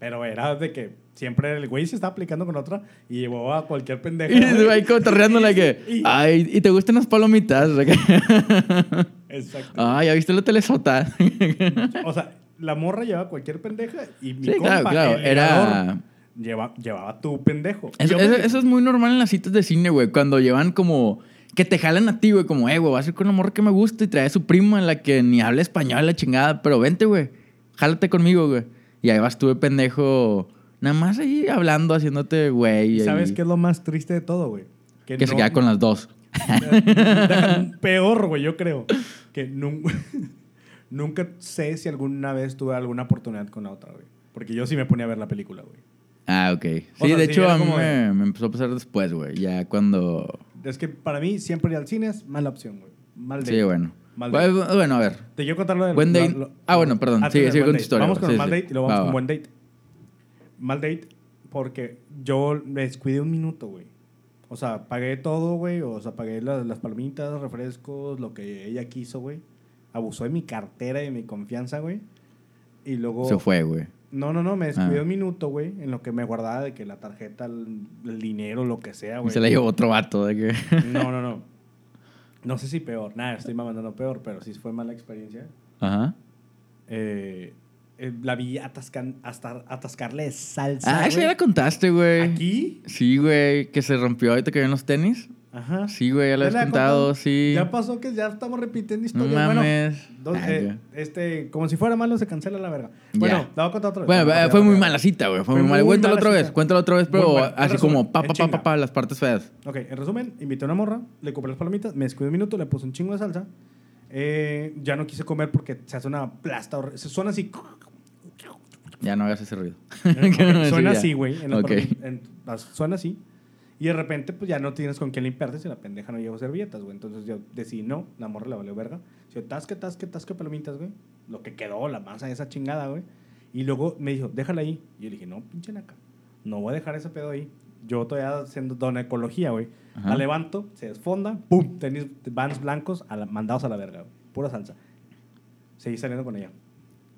Speaker 2: Pero era de que siempre el güey se estaba aplicando con otra y llevó a cualquier pendejo.
Speaker 1: Y se va ahí cotorreando ah, la que.
Speaker 2: Y-
Speaker 1: Ay, ¿y te gustan las palomitas? O sea que,
Speaker 2: Exacto.
Speaker 1: Ay, ¿ya viste la telesota?
Speaker 2: O sea, la morra llevaba a cualquier pendeja y mi
Speaker 1: Sí,
Speaker 2: compa,
Speaker 1: claro, claro,
Speaker 2: el
Speaker 1: era-
Speaker 2: legador, lleva, llevaba a tu pendejo. Y
Speaker 1: Eso,
Speaker 2: yo me-
Speaker 1: eso- eso es muy normal en las citas de cine, güey. Cuando llevan como. Que te jalan a ti, güey. Como, eh, güey, vas a ir con una morra que me gusta y trae a su prima, la que ni habla español, la chingada. Pero vente, güey. Jálate conmigo, güey. Y ahí vas tú de pendejo. Nada más ahí hablando, haciéndote, güey. ahí.
Speaker 2: ¿Y ¿Sabes qué es lo más triste de todo, güey?
Speaker 1: Que se
Speaker 2: no-
Speaker 1: queda con las dos.
Speaker 2: Deja- Peor, güey, yo creo. Que nun- nunca sé si alguna vez tuve alguna oportunidad con la otra, güey. Porque yo sí me ponía a ver la película, güey.
Speaker 1: Ah, ok. Sí,
Speaker 2: O sea,
Speaker 1: de
Speaker 2: sí,
Speaker 1: hecho,
Speaker 2: era
Speaker 1: a mí
Speaker 2: como de-
Speaker 1: me, me empezó a pasar después, güey. Ya cuando.
Speaker 2: Es que para mí siempre ir al cine es mala opción, güey. Mal
Speaker 1: Sí,
Speaker 2: date.
Speaker 1: bueno.
Speaker 2: Mal date.
Speaker 1: Bueno, bueno, a ver.
Speaker 2: Te quiero contar lo del...
Speaker 1: Buen
Speaker 2: lo-
Speaker 1: date.
Speaker 2: lo-
Speaker 1: Ah, bueno, perdón.
Speaker 2: antes
Speaker 1: Sigue,
Speaker 2: del
Speaker 1: sigue
Speaker 2: buen
Speaker 1: con tu
Speaker 2: date.
Speaker 1: historia,
Speaker 2: Vamos
Speaker 1: güey.
Speaker 2: con
Speaker 1: Sí,
Speaker 2: el mal
Speaker 1: sí.
Speaker 2: date y luego
Speaker 1: Va,
Speaker 2: vamos
Speaker 1: va.
Speaker 2: con buen date. Mal date porque yo me descuidé un minuto, güey. O sea, pagué todo, güey. O sea, pagué las, las palomitas, refrescos, lo que ella quiso, güey. Abusó de mi cartera y de mi confianza, güey. Y luego...
Speaker 1: Se fue, güey.
Speaker 2: No, no, no, me descuidé
Speaker 1: Ah.
Speaker 2: un minuto, güey, en lo que me guardaba de que la tarjeta, el, el dinero, lo que sea,
Speaker 1: Y
Speaker 2: güey.
Speaker 1: se la llevó otro vato. De que...
Speaker 2: No, no, no. No sé si peor, nada, estoy mamando no peor, pero sí fue mala experiencia.
Speaker 1: Ajá.
Speaker 2: Eh, eh, la vi atascan, hasta atascarle de salsa.
Speaker 1: Ah, esa
Speaker 2: güey.
Speaker 1: ya la contaste, güey.
Speaker 2: Aquí.
Speaker 1: Sí, güey, que se rompió y te cayeron los tenis.
Speaker 2: Ajá.
Speaker 1: Sí, güey, ya lo
Speaker 2: Ya
Speaker 1: has
Speaker 2: la he
Speaker 1: contado,
Speaker 2: contado.
Speaker 1: sí.
Speaker 2: Ya pasó que ya estamos repitiendo
Speaker 1: No
Speaker 2: historias. bueno,
Speaker 1: mames.
Speaker 2: dos-
Speaker 1: Ah,
Speaker 2: eh,
Speaker 1: ya.
Speaker 2: este, como si fuera malo, se cancela la verga. Bueno,
Speaker 1: Ya.
Speaker 2: la voy a contar otra vez.
Speaker 1: Bueno,
Speaker 2: Vamos
Speaker 1: eh,
Speaker 2: rápido,
Speaker 1: fue muy
Speaker 2: rápido.
Speaker 1: mala cita, güey. Fue
Speaker 2: Fue
Speaker 1: muy
Speaker 2: muy
Speaker 1: mala. Cuéntalo
Speaker 2: mala
Speaker 1: otra
Speaker 2: cita.
Speaker 1: vez, cuéntalo otra vez, pero
Speaker 2: Muy mala.
Speaker 1: así
Speaker 2: En
Speaker 1: como
Speaker 2: resumen,
Speaker 1: pa, pa,
Speaker 2: en
Speaker 1: pa, pa,
Speaker 2: chinga.
Speaker 1: pa, las partes feas.
Speaker 2: Ok, en resumen, invité a una morra, le compré las palomitas, me descuidé un minuto, le puse un chingo de salsa. eh, ya no quise comer porque se hace una plasta. horri- Se suena así.
Speaker 1: Ya no hagas ese ruido.
Speaker 2: Ok, suena
Speaker 1: Sí, ya.
Speaker 2: así, güey. en las
Speaker 1: Ok.
Speaker 2: palomitas, en- las- Suena así. Y de repente, pues ya no tienes con quién limpiarte si la pendeja no llevó servilletas, güey. Entonces yo decidí, no, la morra la valió verga. Yo, tasque, tasque, tasque palomitas, güey. Lo que quedó, la masa esa chingada, güey. Y luego me dijo, déjala ahí. Y yo le dije, no, pinche naca. No voy a dejar ese pedo ahí. Yo todavía haciendo donecología, güey.
Speaker 1: Ajá.
Speaker 2: La levanto, se desfonda, pum, tenis, vans blancos a la- mandados a la verga, güey. Pura salsa. Seguí saliendo con ella.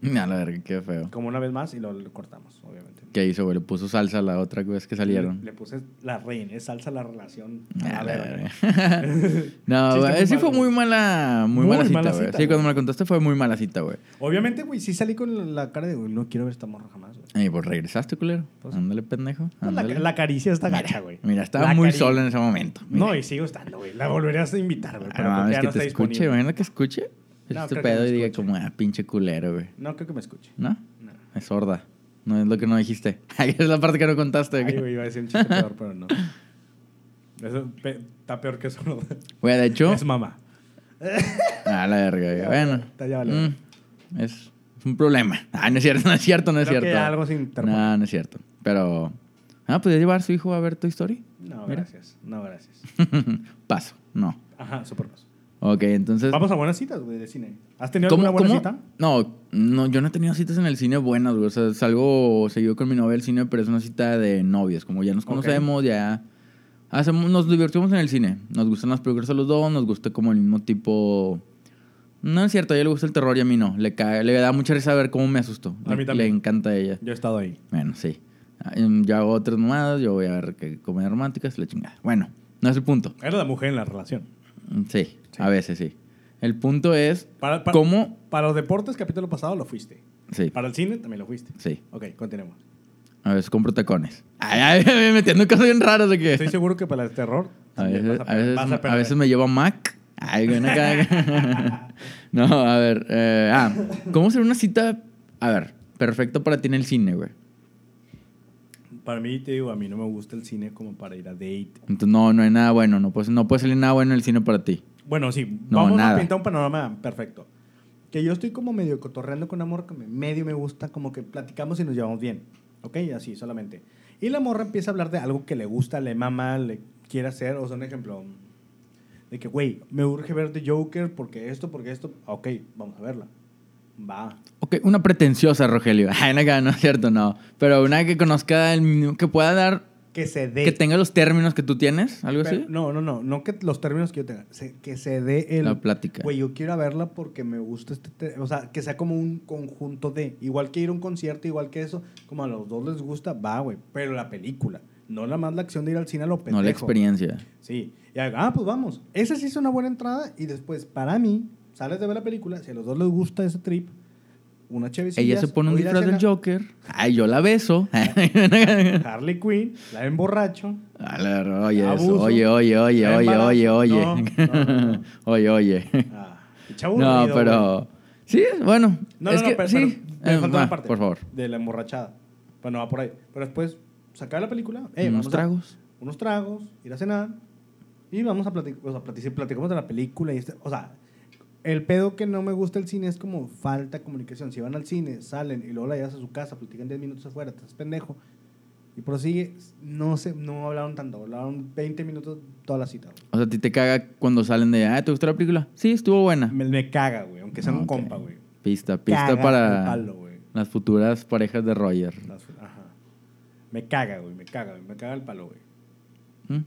Speaker 1: Ya, la verga, qué feo.
Speaker 2: Como una vez más y lo, lo cortamos, obviamente.
Speaker 1: ¿Qué hizo, güey? Le puso salsa a la otra vez que salieron.
Speaker 2: Le, le puse la reina, salsa la relación.
Speaker 1: Ah,
Speaker 2: A la
Speaker 1: la
Speaker 2: verga.
Speaker 1: verga. no,
Speaker 2: Sí,
Speaker 1: güey,
Speaker 2: está muy
Speaker 1: sí
Speaker 2: mal,
Speaker 1: fue
Speaker 2: güey.
Speaker 1: muy mala, muy,
Speaker 2: Muy
Speaker 1: mala cita,
Speaker 2: mala
Speaker 1: güey.
Speaker 2: cita,
Speaker 1: Sí, cuando
Speaker 2: güey.
Speaker 1: me la contaste fue muy mala cita, güey.
Speaker 2: Obviamente, güey, sí salí con la cara de, güey, no quiero ver esta morra jamás. güey.
Speaker 1: Y pues regresaste, culero.
Speaker 2: Pues-
Speaker 1: ándale, pendejo.
Speaker 2: Pues La,
Speaker 1: ándale.
Speaker 2: la caricia está gacha, güey.
Speaker 1: Mira, estaba
Speaker 2: La
Speaker 1: muy
Speaker 2: cari-
Speaker 1: solo en ese momento. Mira.
Speaker 2: No, y sigo estando, güey. La volverías a invitar, güey.
Speaker 1: Ah,
Speaker 2: Pero
Speaker 1: no,
Speaker 2: porque
Speaker 1: es
Speaker 2: ya
Speaker 1: que
Speaker 2: no
Speaker 1: te
Speaker 2: está
Speaker 1: escuche,
Speaker 2: disponible.
Speaker 1: imagina que escuche.
Speaker 2: No,
Speaker 1: este
Speaker 2: creo que
Speaker 1: pedo
Speaker 2: no
Speaker 1: y diga
Speaker 2: escuche.
Speaker 1: como, ah, pinche culero, güey.
Speaker 2: No creo que me escuche.
Speaker 1: ¿No?
Speaker 2: No.
Speaker 1: Es sorda. No es lo que no dijiste. es la parte que no contaste.
Speaker 2: Ay,
Speaker 1: güey.
Speaker 2: güey, iba a decir un chiste peor, pero no. Eso pe- está peor que eso. ¿no?
Speaker 1: Güey, de hecho.
Speaker 2: Es mamá.
Speaker 1: Ah, la verga, güey.
Speaker 2: Ya,
Speaker 1: Bueno.
Speaker 2: ya, ya vale, güey.
Speaker 1: mm, es es un problema. Ah, no es cierto, no es cierto, no es
Speaker 2: Creo que
Speaker 1: cierto.
Speaker 2: algo sin interpone.
Speaker 1: no, no es cierto. Pero. Ah, ¿podría llevar a su hijo a ver tu historia?
Speaker 2: No,
Speaker 1: Mira.
Speaker 2: gracias. No, gracias.
Speaker 1: Paso, no.
Speaker 2: Ajá, super paso.
Speaker 1: Ok, entonces.
Speaker 2: Vamos a buenas citas, güey, de cine. ¿Has tenido
Speaker 1: ¿Cómo,
Speaker 2: alguna buena
Speaker 1: cómo?
Speaker 2: cita?
Speaker 1: No, no, yo no he tenido citas en el cine buenas, güey. O sea, salgo seguido con mi novia al cine, pero es una cita de novias. Como ya nos
Speaker 2: Ok.
Speaker 1: conocemos, ya hacemos, nos divertimos en el cine. Nos gustan las películas a los dos, nos gusta como el mismo tipo. No es cierto, a ella le gusta el terror y a mí no. Le, cae- le da mucha risa ver cómo me asusto.
Speaker 2: A
Speaker 1: Le-
Speaker 2: mí
Speaker 1: Le
Speaker 2: también.
Speaker 1: encanta a ella.
Speaker 2: Yo he estado ahí.
Speaker 1: Bueno, sí. Ah, em, Yo hago otras mamadas, yo voy a ver que comedias románticas, la chingada. Bueno, no es el punto.
Speaker 2: Era la mujer en la relación.
Speaker 1: Mm, Sí, a veces sí. El punto es
Speaker 2: Para, para-
Speaker 1: cómo.
Speaker 2: Para los deportes, capítulo pasado, lo fuiste.
Speaker 1: Sí,
Speaker 2: Para el cine, también lo fuiste.
Speaker 1: sí.
Speaker 2: Ok, continuemos.
Speaker 1: A veces compro tacones. Ay, ay, ay, metiendo cosas bien raras de que.
Speaker 2: Estoy seguro que para el terror...
Speaker 1: A
Speaker 2: también
Speaker 1: veces,
Speaker 2: vas
Speaker 1: a,
Speaker 2: per-
Speaker 1: veces,
Speaker 2: vas
Speaker 1: me- a
Speaker 2: perder.
Speaker 1: veces me llevo a Mac. Ay, güey, no, acá- No, a ver. eh, ah, ¿cómo será una cita? A ver, perfecto para ti en el cine, güey.
Speaker 2: Para mí, te digo, a mí no me gusta el cine como para ir a date.
Speaker 1: Entonces, no, no hay nada bueno. No puede, no puede salir nada bueno en el cine para ti.
Speaker 2: Bueno, sí,
Speaker 1: No,
Speaker 2: vamos
Speaker 1: nada.
Speaker 2: a pintar un panorama perfecto. Que yo estoy como medio cotorreando con una morra que me- medio me gusta, como que platicamos y nos llevamos bien. ¿Ok? Así, solamente. Y la morra empieza a hablar de algo que le gusta, le mama, le quiere hacer. O sea, un ejemplo de que, güey, me urge ver The Joker porque esto, porque esto. Ok, vamos a verla. Va.
Speaker 1: Ok, una pretenciosa, Rogelio. Ay, no, acá, no es cierto, no. Pero una que conozca, el- que pueda dar,
Speaker 2: Que se dé.
Speaker 1: que tenga los términos que tú tienes, algo
Speaker 2: Pero-
Speaker 1: así.
Speaker 2: No, no, no. No que los términos que yo tenga. se- que se dé el...
Speaker 1: La plática.
Speaker 2: Güey, yo quiero ir a verla porque me gusta este... te- o sea, que sea como un conjunto de... Igual que ir a un concierto, igual que eso. Como a los dos les gusta, va, güey. Pero la película. No la más la acción de ir al cine a lo pendejo.
Speaker 1: No, la experiencia.
Speaker 2: Sí. Y, ah, pues vamos. Esa sí es una buena entrada. Y después, para mí, sales de ver la película. Si a los dos les gusta ese trip, una chevecilla.
Speaker 1: Ella se pone un disfraz del Joker. Ay, yo la beso.
Speaker 2: Harley Quinn, la emborracho.
Speaker 1: A la ver, oye, eso,
Speaker 2: Abuso.
Speaker 1: oye, oye, oye,
Speaker 2: Ya
Speaker 1: oye,
Speaker 2: embarazo.
Speaker 1: oye, oye.
Speaker 2: No, no, no, no.
Speaker 1: Oye, oye.
Speaker 2: Ah,
Speaker 1: No, pero. Sí, bueno.
Speaker 2: No,
Speaker 1: es
Speaker 2: no,
Speaker 1: que,
Speaker 2: no, pero,
Speaker 1: sí.
Speaker 2: pero me
Speaker 1: Eh,
Speaker 2: falta
Speaker 1: va,
Speaker 2: una parte.
Speaker 1: Por favor.
Speaker 2: De la emborrachada. Bueno, va por ahí. Pero después, sacar la película. eh,
Speaker 1: Unos
Speaker 2: vamos a-
Speaker 1: tragos.
Speaker 2: unos tragos, ir a cenar. Y vamos a platicar. O sea, platici- platicamos de la película. Y este- o sea, el pedo que no me gusta el cine es como falta de comunicación. Si van al cine, salen y luego la llevas a su casa, platican 10 minutos afuera, te haces pendejo. Y prosigue, no se, no hablaron tanto, hablaron 20 minutos toda la cita. güey.
Speaker 1: O sea, a ti te caga cuando salen de. Ah, ¿te gustó la película? Sí, estuvo buena.
Speaker 2: Me, me caga, güey, aunque sea un
Speaker 1: Ah. Ok.
Speaker 2: compa, güey.
Speaker 1: Pista, pista
Speaker 2: Caga
Speaker 1: para
Speaker 2: el palo, güey.
Speaker 1: las futuras parejas de Roger.
Speaker 2: Las- ajá. Me caga, güey, me caga, güey, me caga el palo, güey.
Speaker 1: ¿Mm?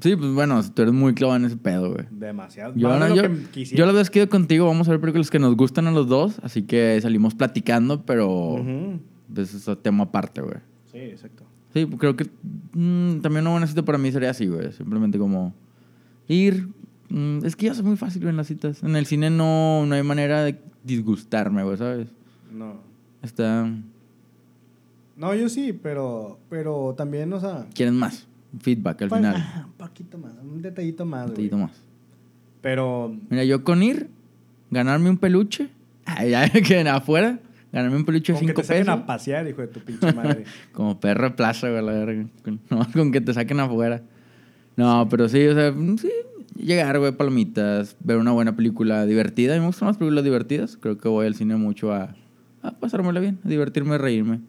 Speaker 1: Sí, pues bueno, tú eres muy clavado en ese pedo, güey.
Speaker 2: Demasiado.
Speaker 1: Yo,
Speaker 2: Más de
Speaker 1: no,
Speaker 2: lo
Speaker 1: yo,
Speaker 2: que quisiera.
Speaker 1: yo la verdad es que yo contigo vamos a ver películas que nos gustan a los dos, así que salimos platicando, pero
Speaker 2: Ujú.
Speaker 1: pues, es otro tema aparte, güey.
Speaker 2: Sí, exacto.
Speaker 1: Sí, pues, creo que mm, también una buena cita para mí sería así, güey. Simplemente como ir. mm, es que yo soy muy fácil güey, en las citas. En el cine no, no hay manera de disgustarme, güey, ¿sabes?
Speaker 2: No.
Speaker 1: Está...
Speaker 2: No, yo sí, pero, pero también, o sea.
Speaker 1: Quieren más. Feedback al
Speaker 2: pa-
Speaker 1: final.
Speaker 2: ah, un poquito más, un detallito más,
Speaker 1: Un
Speaker 2: güey.
Speaker 1: poquito más.
Speaker 2: Pero
Speaker 1: Mira, yo con ir, ganarme un peluche, ay, ay, que afuera, ganarme un peluche de
Speaker 2: con que
Speaker 1: 5
Speaker 2: te saquen
Speaker 1: pesos.
Speaker 2: a pasear, hijo de tu pinche madre.
Speaker 1: Como perro de plaza, güey, la verga. Con, nomás con que te saquen afuera. No, pero sí, o sea, mm, sí. Llegar, güey, palomitas, ver una buena película divertida. A mí me gustan las películas divertidas. Creo que voy al cine mucho a, a pasármela bien, a divertirme, a reírme.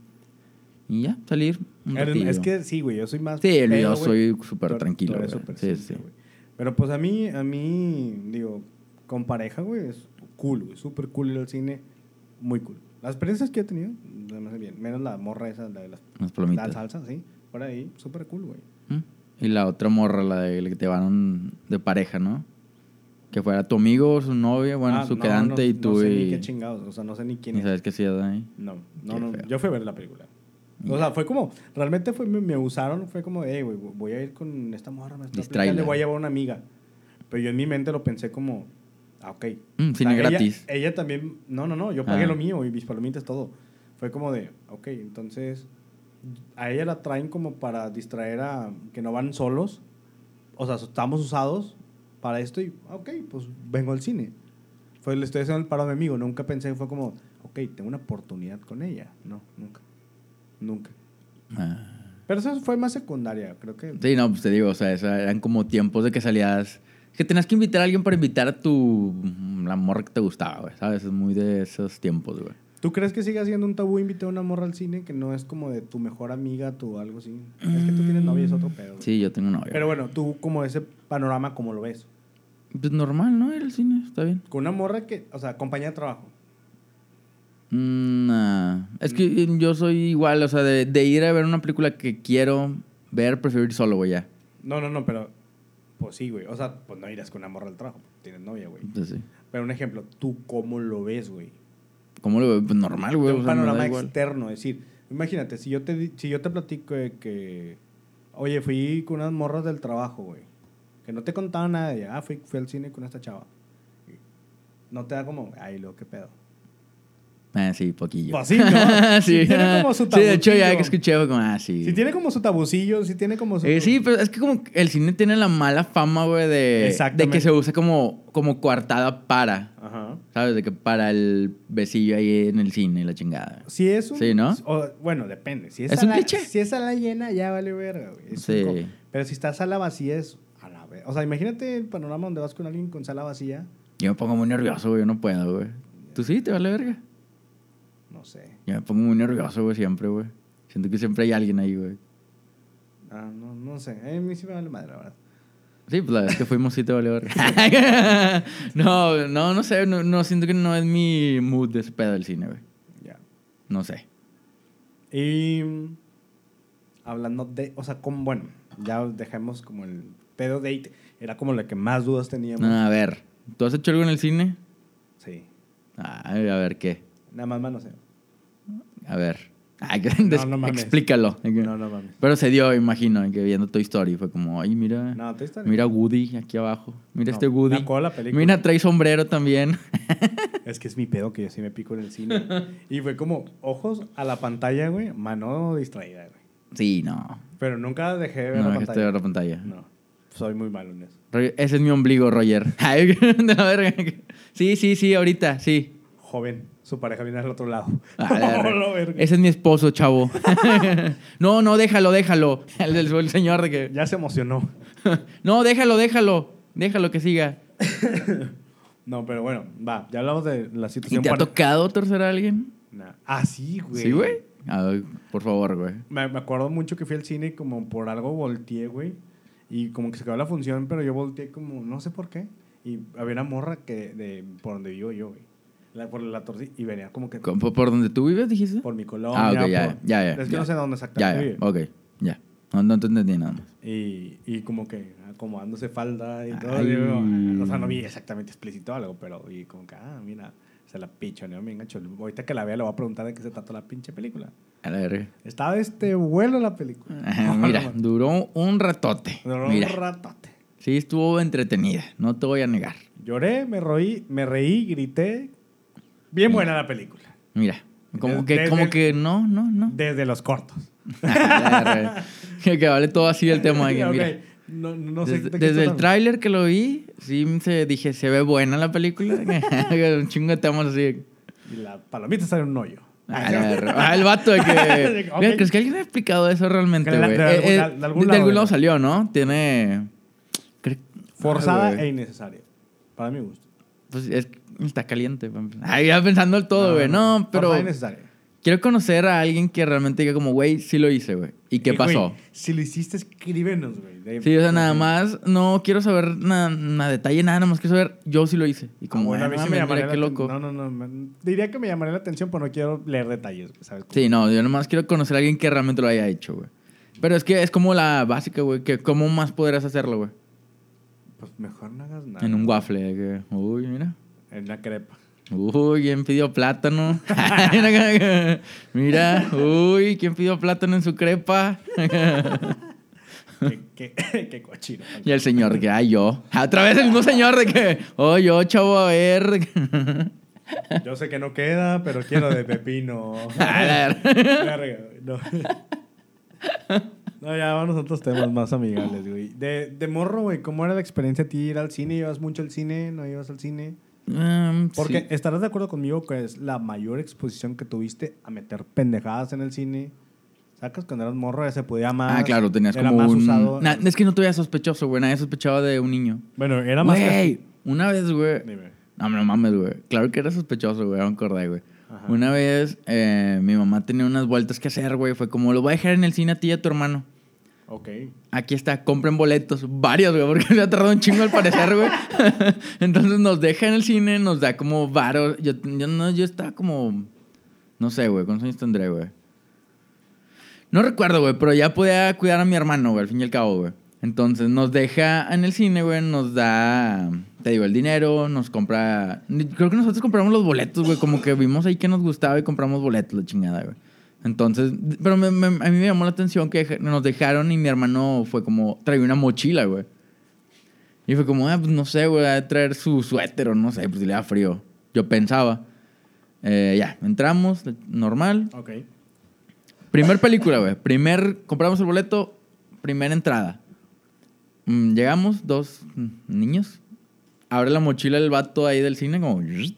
Speaker 1: Y ya, salir. un
Speaker 2: Eres-
Speaker 1: ratillo.
Speaker 2: es que sí, güey, yo soy más.
Speaker 1: Sí, yo
Speaker 2: pedo,
Speaker 1: soy
Speaker 2: güey.
Speaker 1: súper
Speaker 2: Tú- tú
Speaker 1: tranquilo,
Speaker 2: eres
Speaker 1: güey.
Speaker 2: súper
Speaker 1: Sí,
Speaker 2: simple,
Speaker 1: sí.
Speaker 2: güey. Pero pues a mí, a mí, digo, con pareja, güey, es cool, güey. Súper cool ir al cine. Muy cool. Las experiencias que he tenido, me hacen bien. Menos la morra esa, la de las,
Speaker 1: Unas
Speaker 2: la
Speaker 1: palomitas.
Speaker 2: salsa, sí. Por ahí, súper cool, güey.
Speaker 1: ¿Mm? Y la otra morra, la de la que te van de pareja, ¿no? Que fuera tu amigo, su novia, bueno,
Speaker 2: Ah,
Speaker 1: su
Speaker 2: no,
Speaker 1: quedante
Speaker 2: no-
Speaker 1: y tú.
Speaker 2: No sé
Speaker 1: y...
Speaker 2: ni qué chingados, o sea, no sé ni quién
Speaker 1: ¿Y
Speaker 2: es.
Speaker 1: sabes qué hacías ahí?
Speaker 2: No, no,
Speaker 1: Qué
Speaker 2: no.
Speaker 1: feo.
Speaker 2: Yo fui a ver la película. O sea, fue como, realmente fue, me, me usaron, fue como, hey, güey, voy a ir con esta morra, me está
Speaker 1: Distráela.
Speaker 2: aplicando, le voy a llevar una amiga. Pero yo en mi mente lo pensé como, ah, ok.
Speaker 1: Mm,
Speaker 2: O sea,
Speaker 1: cine
Speaker 2: ella-
Speaker 1: gratis.
Speaker 2: Ella, también, no, no, no, yo pagué
Speaker 1: Ah.
Speaker 2: lo mío y mis palomitas, todo. Fue como de, ok, entonces, a ella la traen como para distraer a que no van solos. O sea, estamos usados para esto y, ok, pues vengo al cine. Fue, le estoy haciendo el paro a mi amigo. Nunca pensé, fue como, ok, tengo una oportunidad con ella. No, nunca. Nunca.
Speaker 1: Ah.
Speaker 2: Pero eso fue más secundaria, creo que.
Speaker 1: Sí, no, pues te digo, o sea, esa- eran como tiempos de que salías. Que tenías que invitar a alguien para invitar a tu. mm, La morra que te gustaba, güey, ¿sabes? Es muy de esos tiempos, güey.
Speaker 2: ¿Tú crees que sigue siendo un tabú invitar a una morra al cine que no es como de tu mejor amiga, tu algo así? Es que tú tienes novia, es otro pedo. güey.
Speaker 1: Sí, yo tengo novia.
Speaker 2: Pero bueno, tú como ese panorama, como lo ves?
Speaker 1: Pues normal, ¿no? Ir al cine, está bien.
Speaker 2: Con una morra que, o sea, compañía de trabajo.
Speaker 1: Mm, nah. Es que eh, yo soy igual, o sea, de, de ir a ver una película que quiero ver, prefiero ir solo, güey, ya.
Speaker 2: No, no, no, pero. Pues sí, güey. O sea, pues no irás con una morra al trabajo, pues, tienes novia, güey.
Speaker 1: Entonces, Pues sí.
Speaker 2: Pero un ejemplo, ¿tú cómo lo ves, güey?
Speaker 1: ¿Cómo lo veo? Pues normal, güey.
Speaker 2: de un
Speaker 1: o sea, me da
Speaker 2: panorama
Speaker 1: igual.
Speaker 2: externo. Es decir, imagínate, si yo te, di- si yo te platico de que, oye, fui con unas morras del trabajo, güey, que no te contaba nada de ella, ah, fui, fui al cine con esta chava. No te da como, ay, lo qué pedo.
Speaker 1: Ah, sí, poquillo.
Speaker 2: Pues sí, ¿no?
Speaker 1: sí.
Speaker 2: Sí tiene como su
Speaker 1: Sí, de hecho, ya
Speaker 2: tabucillo.
Speaker 1: que escuché fue como, ah, sí.
Speaker 2: Si tiene como su tabucillo, si tiene como su...
Speaker 1: Eh, sí, pero es que como que el cine tiene la mala fama, güey, de, de
Speaker 2: Exactamente.
Speaker 1: que se usa como, como coartada para,
Speaker 2: Ajá.
Speaker 1: ¿sabes? De que para el besillo ahí en el cine y la chingada.
Speaker 2: Si es un...
Speaker 1: Sí, ¿no?
Speaker 2: o- bueno, depende. Si es,
Speaker 1: Es
Speaker 2: sala,
Speaker 1: un cliché.
Speaker 2: Si es sala llena, ya vale verga, güey. Es
Speaker 1: Sí.
Speaker 2: un co- Pero si está sala vacía, es... A la ver- o sea, imagínate el panorama donde vas con alguien con sala vacía.
Speaker 1: Yo me pongo muy nervioso, güey, yo no puedo, güey. ¿Tú sí? ¿Te vale verga?
Speaker 2: No sé.
Speaker 1: Yo me pongo muy nervioso, güey, siempre, güey. Siento que siempre hay alguien ahí, güey.
Speaker 2: Ah, no, no sé. A mí sí me vale madre, la verdad.
Speaker 1: Sí, pues la vez que fuimos sí te vale verga. no, no, no sé, no, no, siento que no es mi mood de ese pedo del cine, güey.
Speaker 2: Ya.
Speaker 1: No sé.
Speaker 2: Y mm, hablando de, o sea, como, bueno, ya dejemos como el pedo date. Era como la que más dudas teníamos.
Speaker 1: a ver, ¿tú has hecho algo en el cine?
Speaker 2: Sí.
Speaker 1: Ay, a ver, ¿qué?
Speaker 2: Nada más manos. eh.
Speaker 1: A ver. Ay, que-
Speaker 2: No, no mames.
Speaker 1: explícalo.
Speaker 2: No, no mames.
Speaker 1: Pero se dio, imagino, que viendo Toy Story fue como, ay, mira,
Speaker 2: No, te está
Speaker 1: mira Woody aquí abajo. Mira
Speaker 2: No,
Speaker 1: este Woody.
Speaker 2: me acuerdo la película.
Speaker 1: Mira, trae sombrero también.
Speaker 2: Es que es mi pedo que yo sí me pico en el cine. y fue como ojos a la pantalla, güey, mano distraída, güey.
Speaker 1: sí, no.
Speaker 2: Pero nunca dejé de ver
Speaker 1: No
Speaker 2: la
Speaker 1: dejaste de
Speaker 2: pantalla.
Speaker 1: ver la pantalla.
Speaker 2: No, soy muy malo en eso.
Speaker 1: Roger- Ese es mi ombligo, Roger. Ay, de la verga. Sí, sí, sí, ahorita, sí.
Speaker 2: Joven, su pareja viene al otro lado.
Speaker 1: Ah, la verga.
Speaker 2: la verga.
Speaker 1: Ese es mi esposo, chavo. no, no, déjalo, déjalo. El, del- el señor de que...
Speaker 2: Ya se emocionó.
Speaker 1: No, déjalo, déjalo. Déjalo que siga.
Speaker 2: No, pero bueno, va, ya hablamos de la
Speaker 1: ¿Y
Speaker 2: situación.
Speaker 1: te ha
Speaker 2: para-
Speaker 1: tocado torcer a alguien?
Speaker 2: Nah. Ah, sí, güey.
Speaker 1: ¿Sí, güey? A ver, por favor, güey.
Speaker 2: Me, me acuerdo mucho que fui al cine y como por algo volteé, güey. Y como que se acabó la función, pero yo volteé como, no sé por qué. Y había una morra que de, por donde vivo yo, güey. La, por la torcí y venía como que
Speaker 1: ¿Cómo- ¿Por, por donde tú vives, dijiste?
Speaker 2: por mi colonia.
Speaker 1: ah, ok, ya, ya,
Speaker 2: por-
Speaker 1: ya.
Speaker 2: Es que
Speaker 1: ya.
Speaker 2: no sé dónde
Speaker 1: Ya,
Speaker 2: exactamente
Speaker 1: ya,
Speaker 2: vive.
Speaker 1: ok, ya. No, no te entendí nada más.
Speaker 2: Y, y como que acomodándose falda y todo.
Speaker 1: Ay.
Speaker 2: y yo, ah, o sea, no vi exactamente explícito algo, pero y como que, ah, mira, se la pichoneo, me engancho. Ahorita que la vea, le voy a preguntar de qué se trata la pinche película.
Speaker 1: A la verga.
Speaker 2: Estaba este vuelo la película.
Speaker 1: Ajá, Mira, duró un ratote.
Speaker 2: Duró
Speaker 1: Mira,
Speaker 2: un ratote.
Speaker 1: sí estuvo entretenida, no te voy a negar.
Speaker 2: Lloré, me reí, me reí, grité. Bien buena la película.
Speaker 1: Mira, Como
Speaker 2: Des-
Speaker 1: que,
Speaker 2: desde-
Speaker 1: como que no, no, no.
Speaker 2: Desde los cortos.
Speaker 1: que que vale todo así el tema. de que,
Speaker 2: Ok,
Speaker 1: mira,
Speaker 2: No, no sé
Speaker 1: desde
Speaker 2: de qué
Speaker 1: desde
Speaker 2: estás
Speaker 1: el
Speaker 2: hablando.
Speaker 1: tráiler que lo vi, sí se, dije, se ve buena la película. Un chingo de temas así.
Speaker 2: Y la palomita sale en un hoyo.
Speaker 1: Ah, la verga. Ah, el vato de que.
Speaker 2: De que,
Speaker 1: Mira,
Speaker 2: ok.
Speaker 1: ¿crees que alguien ha explicado eso realmente,
Speaker 2: Que la-
Speaker 1: güey?
Speaker 2: de algún-
Speaker 1: Eh, eh,
Speaker 2: de algún lado, güey.
Speaker 1: lado salió, ¿no? Tiene. cre-
Speaker 2: Forzada
Speaker 1: Ay, Ah, güey.
Speaker 2: e innecesaria. Para mi gusto.
Speaker 1: Pues es- está caliente. para empezar. Ay, ya pensando el todo, güey. No, pero.
Speaker 2: Forzada e innecesaria.
Speaker 1: Quiero conocer a alguien que realmente diga, como, güey, sí lo hice, güey. ¿Y qué
Speaker 2: Y, güey,
Speaker 1: pasó?
Speaker 2: si lo hiciste, escríbenos, güey. De-
Speaker 1: Sí, o sea, nada más, no quiero saber nada, nada detalle, nada, nada más quiero saber, yo sí lo hice. Y como,
Speaker 2: Bueno, a mí
Speaker 1: "Ah,
Speaker 2: sí me
Speaker 1: mira,
Speaker 2: llamaría
Speaker 1: mira, qué
Speaker 2: la-
Speaker 1: loco.
Speaker 2: No, no, no. me- Diría que me llamaría la atención, pero no quiero leer detalles, ¿sabes?
Speaker 1: Sí, no, yo nomás quiero conocer a alguien que realmente lo haya hecho, güey. Pero es que es como la básica, güey, que cómo más podrás hacerlo, güey.
Speaker 2: Pues mejor no hagas nada.
Speaker 1: En un waffle, de que, uy, mira.
Speaker 2: En una crepa.
Speaker 1: Uy, ¿quién pidió plátano? mira, uy, ¿quién pidió plátano en su crepa?
Speaker 2: qué, qué- qué cochino.
Speaker 1: Y el señor, que, ay, yo. Ah, Otra vez el mismo señor de que, oh, yo, chavo, a ver.
Speaker 2: Yo sé que no queda, pero quiero de pepino.
Speaker 1: A ver.
Speaker 2: Verga, güey, no. No, ya vamos a otros temas más amigables, güey. De, de morro, güey, ¿cómo era la experiencia a ti ir al cine? ¿Llevas mucho al cine? ¿No llevas al cine?
Speaker 1: Mm,
Speaker 2: Porque
Speaker 1: sí.
Speaker 2: estarás de acuerdo conmigo que es la mayor exposición que tuviste a meter pendejadas en el cine. Sacas cuando eras morro ya se podía más.
Speaker 1: Ah, claro, tenías
Speaker 2: era
Speaker 1: como
Speaker 2: más
Speaker 1: un...
Speaker 2: usado.
Speaker 1: Na- es que no te veía sospechoso, güey. Nadie sospechaba de un niño.
Speaker 2: Bueno, era más.
Speaker 1: Güey,
Speaker 2: casi-
Speaker 1: una vez, güey...
Speaker 2: Dime.
Speaker 1: No, no mames, güey. Claro que era sospechoso, güey. Ya me acordé, güey.
Speaker 2: Ajá.
Speaker 1: Una vez eh, mi mamá tenía unas vueltas que hacer, güey. Fue como, lo voy a dejar en el cine a ti y a tu hermano.
Speaker 2: Ok.
Speaker 1: Aquí está, compren boletos. Varios, güey, porque se ha tardado un chingo al parecer, güey. Entonces nos deja en el cine, nos da como varos. Yo, yo, no, yo estaba como... No sé, güey, ¿cuántos años tendré, güey? No recuerdo, güey, pero ya podía cuidar a mi hermano, güey, al fin y al cabo, güey. Entonces nos deja en el cine, güey, nos da, te digo, el dinero, nos compra... Creo que nosotros compramos los boletos, güey, como que vimos ahí que nos gustaba y compramos boletos, la chingada, güey. Entonces, pero me- me- a mí me llamó la atención que deja- nos dejaron y mi hermano fue como, traía una mochila, güey. Y fue como, ah, pues no sé, güey, ha de traer su suéter o no sé, pues si le da frío. Yo pensaba. Eh, ya, entramos, normal.
Speaker 2: Ok.
Speaker 1: Primer película, güey. Primer, compramos el boleto, primera entrada. Mm, llegamos, dos mm, niños. Abre la mochila el vato ahí del cine, como. "Zzz".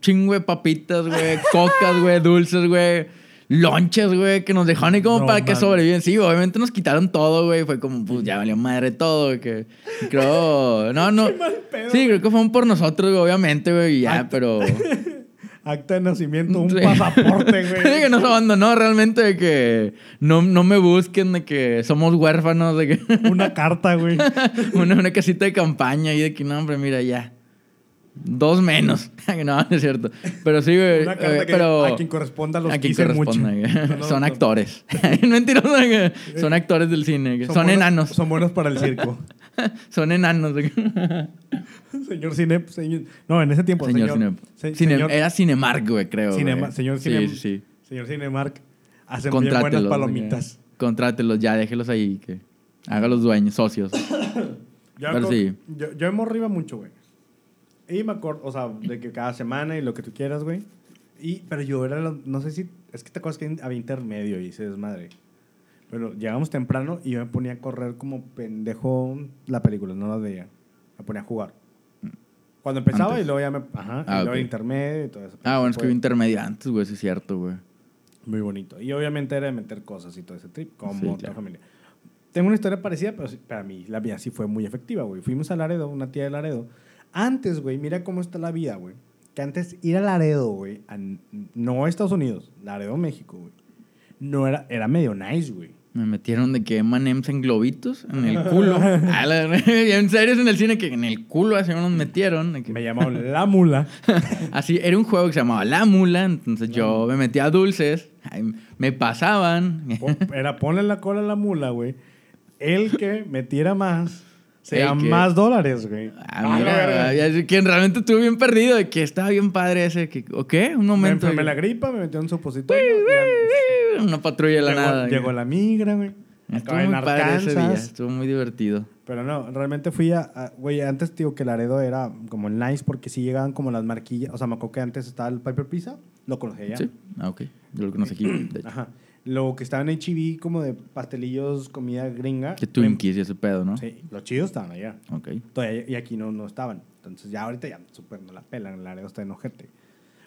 Speaker 1: Chingo de papitas, güey. Cocas, güey. Dulces, güey. Lonches, güey. Que nos dejaron ahí como
Speaker 2: No
Speaker 1: para que
Speaker 2: mames.
Speaker 1: sobreviven. Sí, obviamente nos quitaron todo, güey. Fue como, pues ya valió madre todo, güey. Que, creo. No, no.
Speaker 2: pedo, Ah,
Speaker 1: Sí, creo que fueron por nosotros, güey, obviamente, güey. y Ya, pero.
Speaker 2: Acta de nacimiento, un
Speaker 1: Sí.
Speaker 2: pasaporte,
Speaker 1: Sí, que
Speaker 2: güey.
Speaker 1: nos abandonó realmente de que no, no me busquen, de que somos huérfanos, de que
Speaker 2: Una carta, güey.
Speaker 1: una, una casita de campaña y de que no, hombre, mira, ya. Dos menos. no, no es cierto. Pero sí, güey.
Speaker 2: Una carta
Speaker 1: eh,
Speaker 2: que
Speaker 1: pero
Speaker 2: a quien corresponda los
Speaker 1: a quien
Speaker 2: quise mucho.
Speaker 1: corresponda, güey.
Speaker 2: No, no,
Speaker 1: son
Speaker 2: no.
Speaker 1: actores. Mentiroso, güey. son actores del cine. güey. Son,
Speaker 2: buenos-
Speaker 1: enanos.
Speaker 2: Son buenos para el circo.
Speaker 1: Son enanos. güey.
Speaker 2: señor Cine. señor- no, en ese tiempo.
Speaker 1: señor,
Speaker 2: Pues, Señor,
Speaker 1: Cine-
Speaker 2: se-
Speaker 1: Cine-
Speaker 2: señor-
Speaker 1: Era Cinemark, güey, creo.
Speaker 2: Cinema-
Speaker 1: güey.
Speaker 2: señor
Speaker 1: Sí,
Speaker 2: Cinem-
Speaker 1: sí, sí.
Speaker 2: señor Cinemark. Hacen bien
Speaker 1: Contrátelos.
Speaker 2: buenas
Speaker 1: güey.
Speaker 2: palomitas.
Speaker 1: Contrátelos ya, déjelos ahí. Que hágalos dueños, socios.
Speaker 2: Yo,
Speaker 1: Pero
Speaker 2: co-
Speaker 1: sí.
Speaker 2: yo, yo hemos arriba mucho, güey. Y me acuerdo, o sea, de que cada semana y lo que tú quieras, güey. Y, pero yo era, lo- no sé si, es que te acuerdas que había intermedio y se desmadre. Pero llegamos temprano y yo me ponía a correr como pendejo la película, no la veía. Me ponía a jugar. Cuando empezaba
Speaker 1: Mm. Antes.
Speaker 2: y luego ya me... Ajá,
Speaker 1: Ah,
Speaker 2: y luego
Speaker 1: ok.
Speaker 2: intermedio y todo eso. Pues,
Speaker 1: Ah, bueno, es que
Speaker 2: Fue
Speaker 1: hubo intermedio antes, güey, sí es cierto, güey.
Speaker 2: Muy bonito. Y obviamente era de meter cosas y todo ese trip, como
Speaker 1: Sí,
Speaker 2: toda
Speaker 1: claro.
Speaker 2: familia. Tengo una historia parecida, pero sí- para mí la mía sí fue muy efectiva, güey. Fuimos a Laredo, una tía de Laredo. Antes, güey, mira cómo está la vida, güey. Que antes ir a Laredo, güey, a- no a Estados Unidos, Laredo, México, güey. No era, era medio nice, güey.
Speaker 1: Me metieron de que M&M's en globitos en el culo. A la- en serio, es en el cine que en el culo así nos metieron. de que-
Speaker 2: Me llamaban la mula.
Speaker 1: Así, era un juego que se llamaba La Mula, entonces yo me metía a dulces, ay, me pasaban.
Speaker 2: Po- Era ponle la cola a la mula, güey. El que metiera más, se
Speaker 1: El
Speaker 2: dan
Speaker 1: que-
Speaker 2: más dólares, güey.
Speaker 1: Ah,
Speaker 2: A la
Speaker 1: mira,
Speaker 2: verga.
Speaker 1: ya sé que realmente estuve bien perdido, de que estaba bien padre ese. Que, ¿O qué? Un
Speaker 2: me
Speaker 1: momento.
Speaker 2: enfermé
Speaker 1: de-
Speaker 2: la gripa, me metió un supositorio. y ya-
Speaker 1: Una patrulla de la
Speaker 2: llegó,
Speaker 1: nada. de que-
Speaker 2: llegó la migra, güey.
Speaker 1: Estuvo
Speaker 2: Acaba en
Speaker 1: muy padre ese día,
Speaker 2: Arkansas.
Speaker 1: estuvo muy divertido.
Speaker 2: Pero no, realmente fui a, a- güey, antes digo que Laredo era como el nice porque sí llegaban como las marquillas, o sea, me acuerdo que antes estaba el Piper Pizza, lo conocía ya. Ah.
Speaker 1: Sí. Ah, ok. Yo lo conocí aquí. De hecho.
Speaker 2: Ajá. Lo que estaba en H-E-B como de pastelillos, comida gringa.
Speaker 1: Que Twinkies y ese pedo, ¿no?
Speaker 2: Em, Sí, los chidos estaban allá.
Speaker 1: Ok.
Speaker 2: Todavía- y aquí no, no estaban. Entonces ya ahorita ya súper no la pelan, Laredo está en ojete.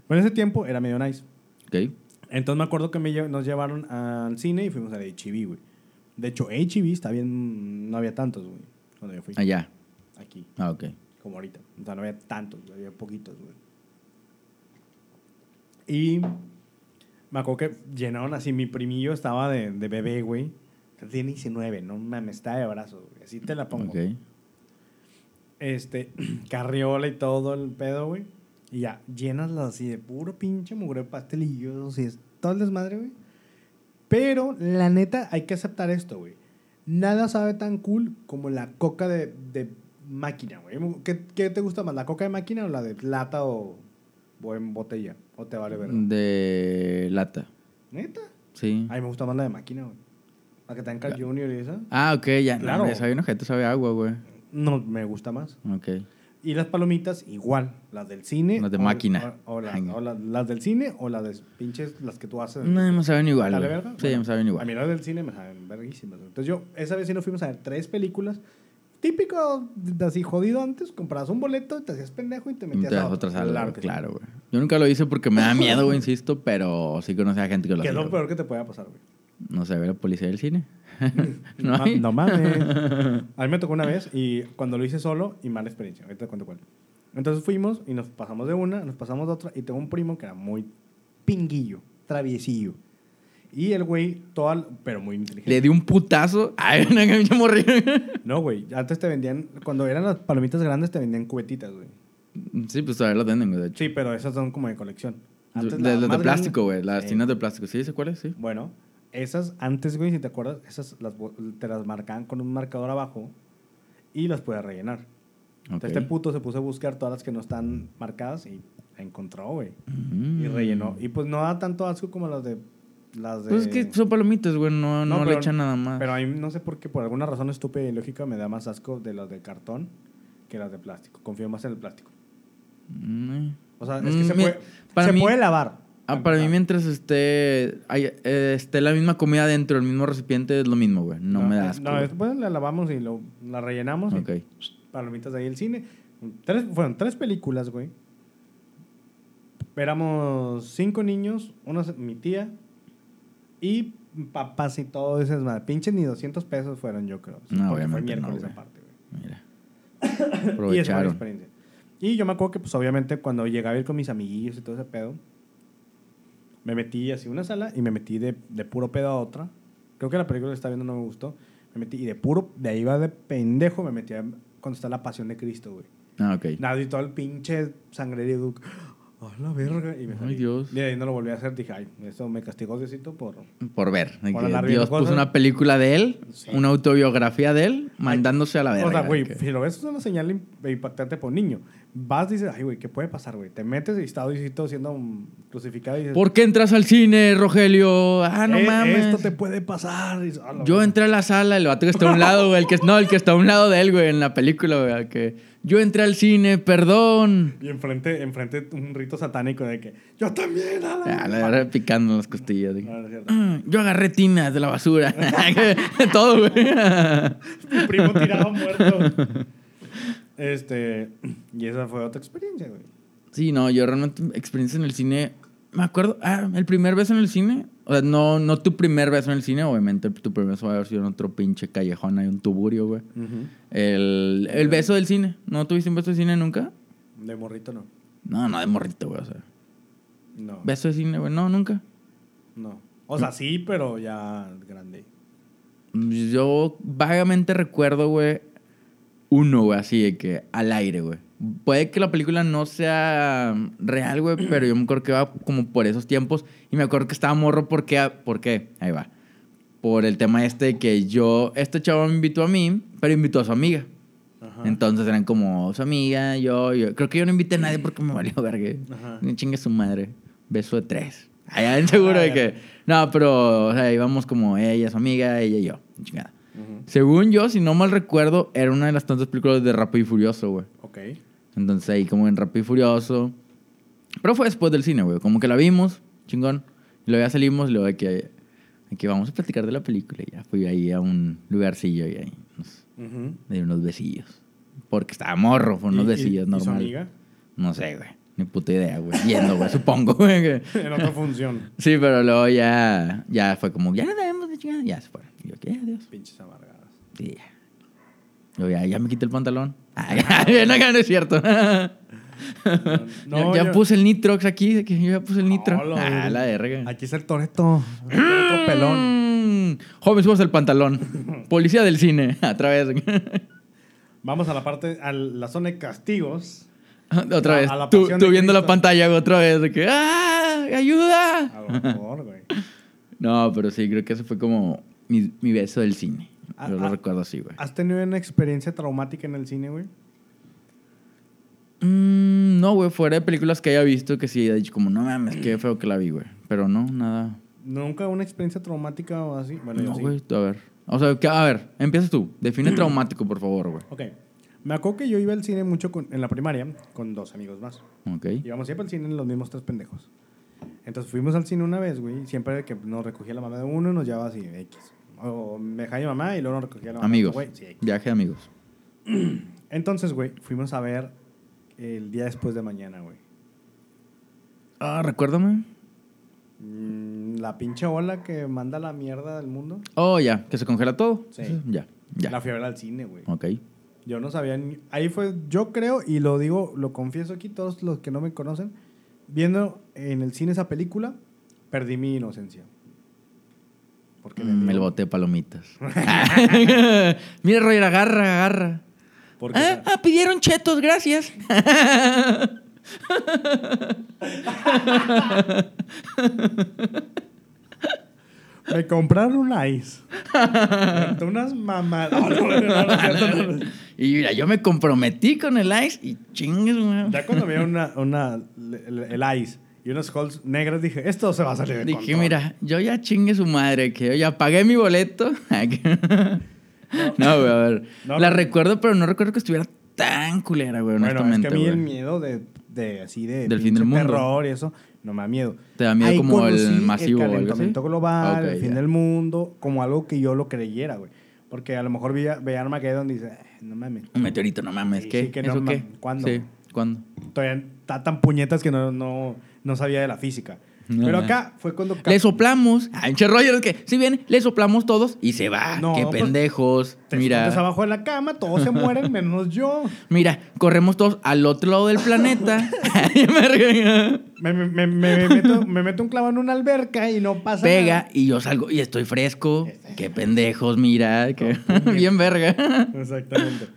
Speaker 2: Pero en ese tiempo era medio nice.
Speaker 1: Ok.
Speaker 2: Entonces me acuerdo que me lle- nos llevaron al cine y fuimos al HB, güey. De hecho, HB está bien, no había tantos, güey, cuando yo fui.
Speaker 1: Allá.
Speaker 2: Aquí,
Speaker 1: Ah, ok.
Speaker 2: como ahorita. O sea, no había tantos, güey, había poquitos, güey. Y me acuerdo que llenaron así, mi primillo estaba de, de bebé, güey. Tiene 19, no mames, está de brazos, güey. Así te la pongo.
Speaker 1: Ok.
Speaker 2: Este, carriola y todo el pedo, güey. Y ya, llenaslas así de puro pinche mugre de pastelillos y es todo el desmadre, güey. Pero, la neta, hay que aceptar esto, güey. Nada sabe tan cool como la coca de, de máquina, güey. ¿Qué, qué te gusta más, la coca de máquina o la de lata o, o en botella? ¿O te vale
Speaker 1: Mm.
Speaker 2: verga?
Speaker 1: De lata.
Speaker 2: ¿Neta?
Speaker 1: Sí.
Speaker 2: A mí me gusta más la de máquina, güey. La que está en Carl Junior y esa.
Speaker 1: Ah, ok. Ya. no,
Speaker 2: Claro.
Speaker 1: hombre, sabe enojete, sabe a agua, güey.
Speaker 2: No, me gusta más.
Speaker 1: Ok.
Speaker 2: Y las palomitas, igual. Las del cine.
Speaker 1: Las de
Speaker 2: o-
Speaker 1: máquina.
Speaker 2: O, o la-
Speaker 1: Ay, no.
Speaker 2: o la- las del cine o las de pinches, las que tú haces.
Speaker 1: No, me saben igual.
Speaker 2: ¿La de
Speaker 1: güey.
Speaker 2: verga?
Speaker 1: Sí,
Speaker 2: Bueno,
Speaker 1: me saben
Speaker 2: A mí
Speaker 1: igual.
Speaker 2: las del cine me saben verguísimas. güey. Entonces yo, esa vez sí nos fuimos a ver tres películas. Típico de así jodido antes, comprabas un boleto, te hacías pendejo y te
Speaker 1: Y
Speaker 2: metías
Speaker 1: te
Speaker 2: a
Speaker 1: das otra sala,
Speaker 2: Claro
Speaker 1: güey,
Speaker 2: que sí.
Speaker 1: Claro, güey. Yo nunca lo hice porque me da miedo, güey, insisto, pero sí conocí a gente que lo
Speaker 2: Que
Speaker 1: hacía.
Speaker 2: es lo
Speaker 1: güey.
Speaker 2: peor que te pueda pasar, güey.
Speaker 1: No se ve la policía del cine. no
Speaker 2: Ma-
Speaker 1: hay.
Speaker 2: no mames. A mí me tocó una vez y cuando lo hice solo y mala experiencia. Ahorita te cuento cuál. Entonces fuimos y nos pasamos de una, nos pasamos de otra y tengo un primo que era muy pinguillo, traviesillo. Y el güey, todo, al- pero muy inteligente.
Speaker 1: Le di un putazo. Ay, una camisa morrida.
Speaker 2: No, güey, antes te vendían, cuando eran las palomitas grandes te vendían cubetitas, güey.
Speaker 1: Sí, pues todavía la tienen, güey, de hecho.
Speaker 2: Sí, pero esas son como de colección. Antes
Speaker 1: De-
Speaker 2: Ah, la
Speaker 1: las de
Speaker 2: más
Speaker 1: plástico,
Speaker 2: grande-
Speaker 1: güey. Las
Speaker 2: Sí.
Speaker 1: tiendas de plástico. ¿Sí? ¿Se cuáles? Sí.
Speaker 2: Bueno, esas antes, güey, si te acuerdas, esas las bo- te las marcaban con un marcador abajo y las podías rellenar.
Speaker 1: Ok.
Speaker 2: Entonces, Este puto se puso a buscar todas las que no están marcadas y la encontró, güey.
Speaker 1: Mm.
Speaker 2: Y rellenó. Y pues no da tanto asco como las de. Las de...
Speaker 1: Pues es que son palomitas, güey. No, no,
Speaker 2: No,
Speaker 1: le
Speaker 2: pero-
Speaker 1: echan nada más.
Speaker 2: Pero a mí no sé por qué, por alguna razón estúpida y lógica, me da más asco de las de cartón que las de plástico. Confío más en el plástico.
Speaker 1: Mm.
Speaker 2: O sea, es que
Speaker 1: Mm,
Speaker 2: se,
Speaker 1: mira,
Speaker 2: puede,
Speaker 1: para
Speaker 2: se
Speaker 1: mí-
Speaker 2: puede lavar.
Speaker 1: Ah, para mí mientras esté, hay- eh, esté la misma comida dentro del mismo recipiente es lo mismo, güey. No, me da asco.
Speaker 2: eh, No,
Speaker 1: güey.
Speaker 2: después la lavamos y lo, la rellenamos. y
Speaker 1: Ok.
Speaker 2: palomitas de ahí el cine. Tres, fueron tres películas, güey. Éramos cinco niños, uno, mi tía y papás y todo ese desmadre. Pinche ni 200 pesos fueron, yo creo.
Speaker 1: No,
Speaker 2: Porque fue
Speaker 1: obviamente
Speaker 2: miércoles
Speaker 1: no, güey.
Speaker 2: aparte, güey.
Speaker 1: Mira.
Speaker 2: Y esa fue la
Speaker 1: Aprovecharon.
Speaker 2: experiencia. Y yo me acuerdo que, pues, obviamente, cuando llegaba a ir con mis amiguillos y todo ese pedo, me metí así a una sala y me metí de, de puro pedo a otra. Creo que la película que está viendo no me gustó. Me metí y de puro, de ahí va de pendejo, me metí a cuando está la pasión de Cristo, güey.
Speaker 1: Ah, ok.
Speaker 2: Nadie, todo el pinche sangrerío. ¡Ah, la verga! Y me
Speaker 1: Ay,
Speaker 2: salí.
Speaker 1: Dios.
Speaker 2: Y ahí no lo volví a hacer. Dije, ay, eso me castigó Diosito por...
Speaker 1: Por ver. de
Speaker 2: Por
Speaker 1: que
Speaker 2: andar viendo
Speaker 1: Dios puso
Speaker 2: cosas.
Speaker 1: una película de él,
Speaker 2: Sí.
Speaker 1: una autobiografía de él, mandándose a la verga.
Speaker 2: o sea, güey,
Speaker 1: que-
Speaker 2: si lo ves, es una señal im- impactante por niño. Vas, dices, ay, güey, ¿qué puede pasar, güey? Te metes y está Diosito siendo mm, crucificado y dices...
Speaker 1: ¿Por qué entras al cine, Rogelio? Ah, no
Speaker 2: "Eh,
Speaker 1: mames.
Speaker 2: Esto te puede pasar. Y dices, "A la
Speaker 1: Yo
Speaker 2: verga".
Speaker 1: entré a la sala, el vato que está a un lado, güey. El que, no, el que está a un lado de él, güey, en la película, güey. Que yo entré al cine, perdón.
Speaker 2: Y enfrente, enfrente un rito satánico de que... ¡Yo también! A la
Speaker 1: Ah, la
Speaker 2: verga".
Speaker 1: verdad, picando las costillas. de que,
Speaker 2: No, no es cierto.
Speaker 1: "Ah, Yo agarré tinas de la basura. Todo, güey.
Speaker 2: Mi primo tirado muerto. Este... Y esa fue otra experiencia, güey.
Speaker 1: Sí, no, yo realmente experiencia en el cine. Me acuerdo, ah, el primer beso en el cine. O sea, no, no tu primer beso en el cine, obviamente tu primer beso va a haber sido en otro pinche callejón, hay un tuburio, güey. El, el beso del cine. ¿No tuviste un beso de cine nunca?
Speaker 2: De morrito no.
Speaker 1: No, no, de morrito, güey. O sea,
Speaker 2: No.
Speaker 1: beso de cine, güey. No, nunca.
Speaker 2: No. O sea, sí, pero ya grande.
Speaker 1: Yo vagamente recuerdo, güey, uno, güey, así de que al aire, güey. Puede que la película no sea real, güey, pero yo me acuerdo que va como por esos tiempos y me acuerdo que estaba morro porque, ¿por qué? Ahí va. Por el tema este de que yo, este chavo me invitó a mí, pero invitó a su amiga.
Speaker 2: Ajá.
Speaker 1: Entonces eran como su amiga, yo, yo. Creo que yo no invité a nadie porque me valió verga.
Speaker 2: Ajá.
Speaker 1: Ni chingue su madre. Beso de tres. Allá en seguro
Speaker 2: Ah,
Speaker 1: de
Speaker 2: ya.
Speaker 1: que. No, pero, o sea, íbamos como ella, su amiga, ella y yo. Chingada.
Speaker 2: Ujú.
Speaker 1: Según yo, si no mal recuerdo, era una de las tantas películas de Rápido y Furioso, güey.
Speaker 2: Ok.
Speaker 1: Entonces ahí como en Rápido y Furioso. Pero fue después del cine, güey. Como que la vimos, chingón. Y luego ya salimos, y luego de que, de que vamos a platicar de la película. Y ya fui ahí a un lugarcillo y ahí nos
Speaker 2: Ujú.
Speaker 1: dieron unos besillos. Porque estaba morro, fue unos
Speaker 2: ¿Y- y-
Speaker 1: besillos
Speaker 2: y su
Speaker 1: normal.
Speaker 2: amiga?
Speaker 1: No sé, güey. Ni puta idea, güey. Yendo, güey, supongo, güey. que-
Speaker 2: en otra función.
Speaker 1: Sí, pero luego ya, ya fue como, ya nos vemos, la chingada. Ya se fueron. Y yo, ¿qué? Adiós.
Speaker 2: Pinches amargadas.
Speaker 1: Sí, ya. Yo ya, ya me quité el pantalón. Ah, ya, no, no es cierto.
Speaker 2: No,
Speaker 1: ya, ya
Speaker 2: yo-
Speaker 1: puse el Nitrox aquí, de que yo ya puse el Nitro.
Speaker 2: No, lo-
Speaker 1: ah, la verga.
Speaker 2: Aquí es el Toreto. El Toreto pelón.
Speaker 1: Mm, joven, subas el pantalón. Policía del cine, otra vez.
Speaker 2: Vamos a la parte, a la zona de castigos.
Speaker 1: otra
Speaker 2: A-
Speaker 1: vez.
Speaker 2: a la
Speaker 1: tú
Speaker 2: pasión
Speaker 1: tú
Speaker 2: de
Speaker 1: viendo la
Speaker 2: Cristo.
Speaker 1: pantalla güey, otra vez, de que, ¡ah!
Speaker 2: A
Speaker 1: ¡Ayuda!
Speaker 2: lo mejor, güey.
Speaker 1: No, pero sí, creo que eso fue como mi, mi beso del cine.
Speaker 2: Ah,
Speaker 1: Yo lo
Speaker 2: ah.
Speaker 1: recuerdo así, güey.
Speaker 2: ¿Has tenido una experiencia traumática en el cine, güey?
Speaker 1: Mm, no, güey, fuera de películas que haya visto que sí haya dicho como, no mames, qué feo que la vi, güey. Pero no, nada.
Speaker 2: ¿Nunca una experiencia traumática o así? Bueno, yo
Speaker 1: No,
Speaker 2: sí.
Speaker 1: güey, a ver. O sea, que- a ver, empieza tú. Define traumático, por favor, güey.
Speaker 2: Ok. Me acuerdo que yo iba al cine mucho con- en la primaria con dos amigos más.
Speaker 1: Ok.
Speaker 2: Íbamos siempre al cine los mismos tres pendejos. Entonces fuimos al cine una vez, güey. Siempre que nos recogía la mamá de uno, nos llevaba así, X. O me dejaba mi mamá y luego nos recogía la mamá
Speaker 1: Amigos.
Speaker 2: de otro, güey. Sí, X.
Speaker 1: Viaje de amigos.
Speaker 2: Entonces, güey, fuimos a ver el día después de mañana, güey.
Speaker 1: Ah, recuérdame.
Speaker 2: Mm, La pinche ola que manda la mierda del mundo.
Speaker 1: Oh, ya, que se congela todo.
Speaker 2: Sí.
Speaker 1: Ya, ya.
Speaker 2: La fui a ver al cine, güey.
Speaker 1: Ok.
Speaker 2: Yo no sabía ni... Ahí fue, yo creo, y lo digo, lo confieso aquí, todos los que no me conocen, viendo en el cine esa película, perdí mi inocencia. Porque le
Speaker 1: Mm,
Speaker 2: digo-
Speaker 1: el bote de palomitas. Mira, Roger, agarra, agarra.
Speaker 2: Porque,
Speaker 1: Ah, ah, pidieron chetos, gracias.
Speaker 2: Me compraron un ice. Entonces, unas mamadas. No, no, no, no, es cierto, no, no.
Speaker 1: y mira, yo me comprometí con el ice y chingues, güey.
Speaker 2: Ya cuando veía una, una, el, el ice y unas holes negras, dije, esto se va a salir de
Speaker 1: Dije,
Speaker 2: control.
Speaker 1: mira, yo ya chingue su madre, que yo ya pagué mi boleto. no, güey, a ver.
Speaker 2: No,
Speaker 1: la
Speaker 2: no.
Speaker 1: recuerdo, pero no recuerdo que estuviera tan culera, güey,
Speaker 2: Bueno, es que
Speaker 1: honestamente.
Speaker 2: a mí el
Speaker 1: güey.
Speaker 2: miedo de, de así de
Speaker 1: Del fin del
Speaker 2: pinche
Speaker 1: mundo.
Speaker 2: terror y eso no me da miedo.
Speaker 1: ¿Te da miedo
Speaker 2: Ahí
Speaker 1: como el
Speaker 2: conocí
Speaker 1: masivo o algo así?
Speaker 2: calentamiento global,
Speaker 1: Ah, ok,
Speaker 2: el fin
Speaker 1: ya.
Speaker 2: del mundo, como algo que yo lo creyera, güey. Porque a lo mejor veía, veía Armageddon y dice, "Eh, no mames.
Speaker 1: Un meteorito, no mames,
Speaker 2: Sí,
Speaker 1: ¿qué?
Speaker 2: sí, que no
Speaker 1: ¿Eso qué?
Speaker 2: mames. ¿Cuándo?
Speaker 1: Sí, ¿cuándo?
Speaker 2: Todavía está tan puñetas que no, no, no sabía de la física.
Speaker 1: No,
Speaker 2: Pero
Speaker 1: no.
Speaker 2: acá fue cuando... cap-
Speaker 1: Le soplamos. Ah, pinche Roger, es que si bien, le soplamos todos y se va.
Speaker 2: No,
Speaker 1: qué
Speaker 2: pues,
Speaker 1: pendejos.
Speaker 2: te escondes
Speaker 1: Mira,
Speaker 2: abajo de la cama, todos se mueren, menos yo.
Speaker 1: mira, corremos todos al otro lado del planeta.
Speaker 2: Me, me- me- me meto, me meto un clavo en una alberca y no pasa Este.
Speaker 1: Pega y yo salgo y estoy fresco. Qué pendejos, mira. que-
Speaker 2: puñetas.
Speaker 1: bien verga.
Speaker 2: nada. Exactamente.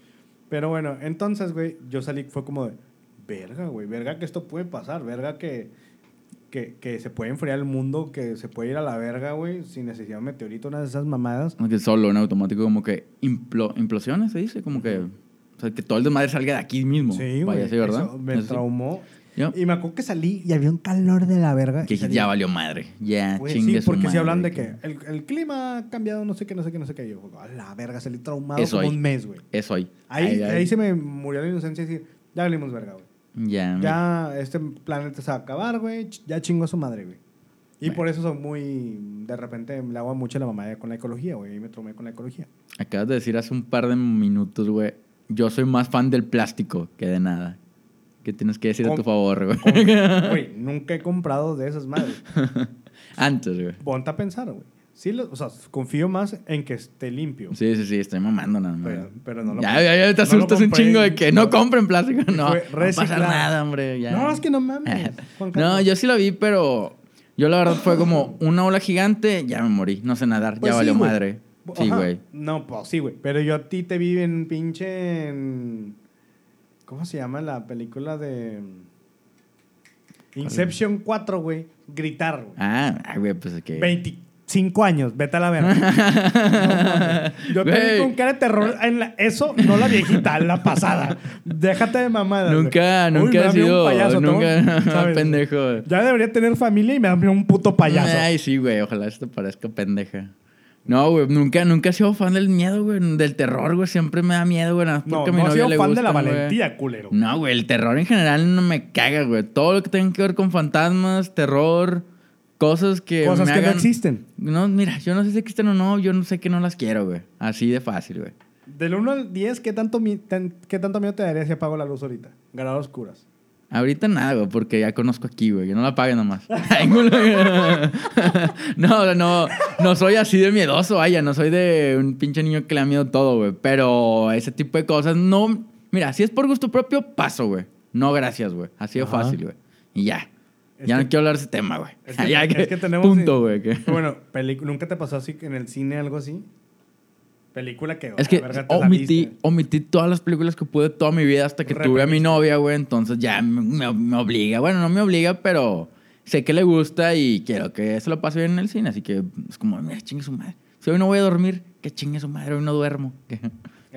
Speaker 2: Pero bueno, entonces, güey, yo salí, fue como de, verga, güey, verga que esto puede pasar, verga que, que, que se puede enfriar el mundo, que se puede ir a la verga, güey, sin necesidad de un meteorito, una de esas mamadas.
Speaker 1: Como que solo, en automático, como que implo- implosiones, se dice, como que... O sea, que todo el desmadre salga de aquí mismo.
Speaker 2: Sí, güey.
Speaker 1: Vaya, sí, ¿verdad?
Speaker 2: eso me
Speaker 1: Eso sí.
Speaker 2: traumó.
Speaker 1: Yo-
Speaker 2: Y me acuerdo que salí y había un calor de la verga.
Speaker 1: Que
Speaker 2: y salí,
Speaker 1: ya valió madre. Ya,
Speaker 2: güey,
Speaker 1: Ah, chingue
Speaker 2: sí,
Speaker 1: su
Speaker 2: porque si
Speaker 1: madre,
Speaker 2: hablan de que el, el clima ha cambiado, no sé qué, no sé qué, no sé qué. Yo, a la verga, salí traumado
Speaker 1: Es
Speaker 2: como
Speaker 1: hoy.
Speaker 2: un mes, güey.
Speaker 1: Es hoy.
Speaker 2: Ahí,
Speaker 1: Ay, ay.
Speaker 2: ahí se me murió la inocencia y decir, ya valimos verga, güey.
Speaker 1: Ya, mira.
Speaker 2: Ya este planeta se va a acabar, güey. ch- Ya chingo a su madre, güey. Y por eso son muy. De repente le hago mucho a la mamá con la ecología, güey. Y me tromé con la ecología.
Speaker 1: Acabas de decir hace un par de minutos, güey. Yo soy más fan del plástico que de nada. ¿Qué tienes que decir a
Speaker 2: Con-
Speaker 1: tu favor, güey?
Speaker 2: Con- Güey, nunca he comprado de esas madres.
Speaker 1: Antes, güey.
Speaker 2: Ponte a pensar, güey. Sí, lo- o sea, confío más en que esté limpio.
Speaker 1: Sí, sí, sí, estoy mamando nada más.
Speaker 2: Pero- pero no lo
Speaker 1: ya,
Speaker 2: compré.
Speaker 1: ya, ya te
Speaker 2: No lo
Speaker 1: asustas un
Speaker 2: compré.
Speaker 1: chingo de que no compren plástico. No,
Speaker 2: Fue
Speaker 1: no pasa
Speaker 2: reciclado.
Speaker 1: nada, hombre. ya.
Speaker 2: No, es que no mames. Juan
Speaker 1: No,
Speaker 2: Carlos.
Speaker 1: yo sí la vi, pero yo la verdad fue como una ola gigante, ya me morí, no sé nadar,
Speaker 2: Pues
Speaker 1: ya
Speaker 2: sí,
Speaker 1: valió
Speaker 2: güey.
Speaker 1: madre.
Speaker 2: Bo-
Speaker 1: Sí,
Speaker 2: ajá.
Speaker 1: güey.
Speaker 2: No, pues sí, güey. Pero yo a ti te vi en pinche. en- ¿Cómo se llama la película de. Inception 4, güey? Gritar, güey.
Speaker 1: Ah, ay, güey, pues es que.
Speaker 2: 25 años, vete a la verga. No, mames. yo te
Speaker 1: Güey.
Speaker 2: vi con cara de terror. En la- eso, no la viejita, la pasada. Déjate de mamadas. güey.
Speaker 1: Nunca,
Speaker 2: Uy,
Speaker 1: nunca
Speaker 2: me
Speaker 1: he
Speaker 2: da miedo
Speaker 1: sido-
Speaker 2: un payaso, ¿no?
Speaker 1: nunca-
Speaker 2: ¿Sabes?
Speaker 1: pendejo.
Speaker 2: Ya debería tener familia y me da miedo un puto payaso.
Speaker 1: Ay, sí, güey, ojalá esto parezca pendeja. No, güey, nunca, nunca he sido fan del miedo, güey, del terror, güey. Siempre me da miedo, güey. nada más
Speaker 2: No,
Speaker 1: porque a mi
Speaker 2: no has
Speaker 1: novia
Speaker 2: sido
Speaker 1: le
Speaker 2: fan de la
Speaker 1: gustan, güey. Mm,
Speaker 2: valentía, culero.
Speaker 1: No, güey, el terror en general no me caga, güey. Todo lo que tenga que ver con fantasmas, terror, cosas que.
Speaker 2: Cosas
Speaker 1: me
Speaker 2: que no
Speaker 1: hagan-
Speaker 2: existen.
Speaker 1: No, mira, yo no sé si existen o no, yo no sé que no las quiero, güey. Así de fácil, güey.
Speaker 2: Del 1 al 10, ¿qué tanto, mi- tan- ¿qué tanto miedo te daría si apago la luz ahorita? Ganar a oscuras.
Speaker 1: Ahorita nada, güey, porque ya conozco aquí, güey. Yo no la pague nomás. no, no, no soy así de miedoso, vaya. No soy de un pinche niño que le da miedo todo, güey. Pero ese tipo de cosas no... Mira, si es por gusto propio, paso, güey. No, gracias, güey. Así de
Speaker 2: Ajá.
Speaker 1: fácil, güey. Y ya.
Speaker 2: Es
Speaker 1: ya
Speaker 2: que-
Speaker 1: no quiero hablar de ese tema, güey.
Speaker 2: Es que,
Speaker 1: Ya
Speaker 2: es que tenemos.
Speaker 1: Punto, güey. que-
Speaker 2: Bueno, pelic- ¿nunca te pasó así en el cine algo así? Película que.
Speaker 1: Es que
Speaker 2: la verga, te
Speaker 1: omití,
Speaker 2: saliste.
Speaker 1: omití todas las películas que pude toda mi vida hasta que tuve a mi
Speaker 2: Reprimiste.
Speaker 1: novia, güey. Entonces ya me, me- me obliga. Bueno, no me obliga, pero sé que le gusta y quiero que se lo pase bien en el cine. Así que es como, mira, chingue su madre. Si hoy no voy a dormir, que chingue su madre, hoy no duermo.
Speaker 2: Eso-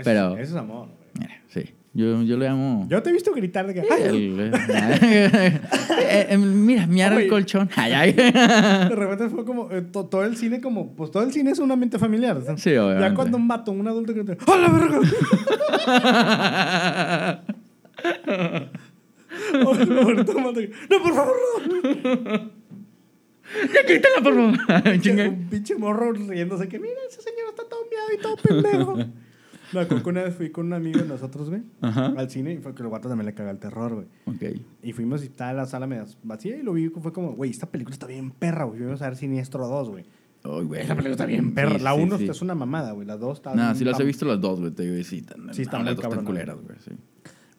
Speaker 1: Pero,
Speaker 2: Eso es amor. güey.
Speaker 1: mira, sí. Yo, yo le llamo.
Speaker 2: Yo te he visto gritar de que. ¡Ay!
Speaker 1: El- eh, eh, mira, miar el
Speaker 2: Oye.
Speaker 1: colchón. Ay, ay.
Speaker 2: De repente fue como. eh, to- todo el cine, como. Pues todo el cine es un ambiente familiar. ¿sabes?
Speaker 1: Sí, obviamente.
Speaker 2: Ya cuando un vato, un adulto grita. ¡A la verga! Ahorita un vato que, ¡No, por favor, no!
Speaker 1: Ya quítala, por favor. Chinga.
Speaker 2: Un pinche morro riéndose que, mira, ese señor está todo miado y todo pendejo. Me acuerdo que una vez fui con un amigo de nosotros, güey,
Speaker 1: Ajá.
Speaker 2: al cine y fue que el vato también le caga el terror, güey.
Speaker 1: Ok.
Speaker 2: Y fuimos y estaba la sala medio vacía y lo vi fue como, güey, esta película está bien perra, güey. Fuimos a ver Siniestro 2, güey.
Speaker 1: Ay, güey.
Speaker 2: Esa película está bien perra. la 1 es una mamada, güey. La 2 está...
Speaker 1: Nah,
Speaker 2: bien
Speaker 1: sí las he
Speaker 2: tam-
Speaker 1: visto las dos, güey. Te digo, y sí, tan, ah,
Speaker 2: Sí, están
Speaker 1: las
Speaker 2: muy
Speaker 1: dos están
Speaker 2: cabronas.
Speaker 1: culeras, güey. Sí.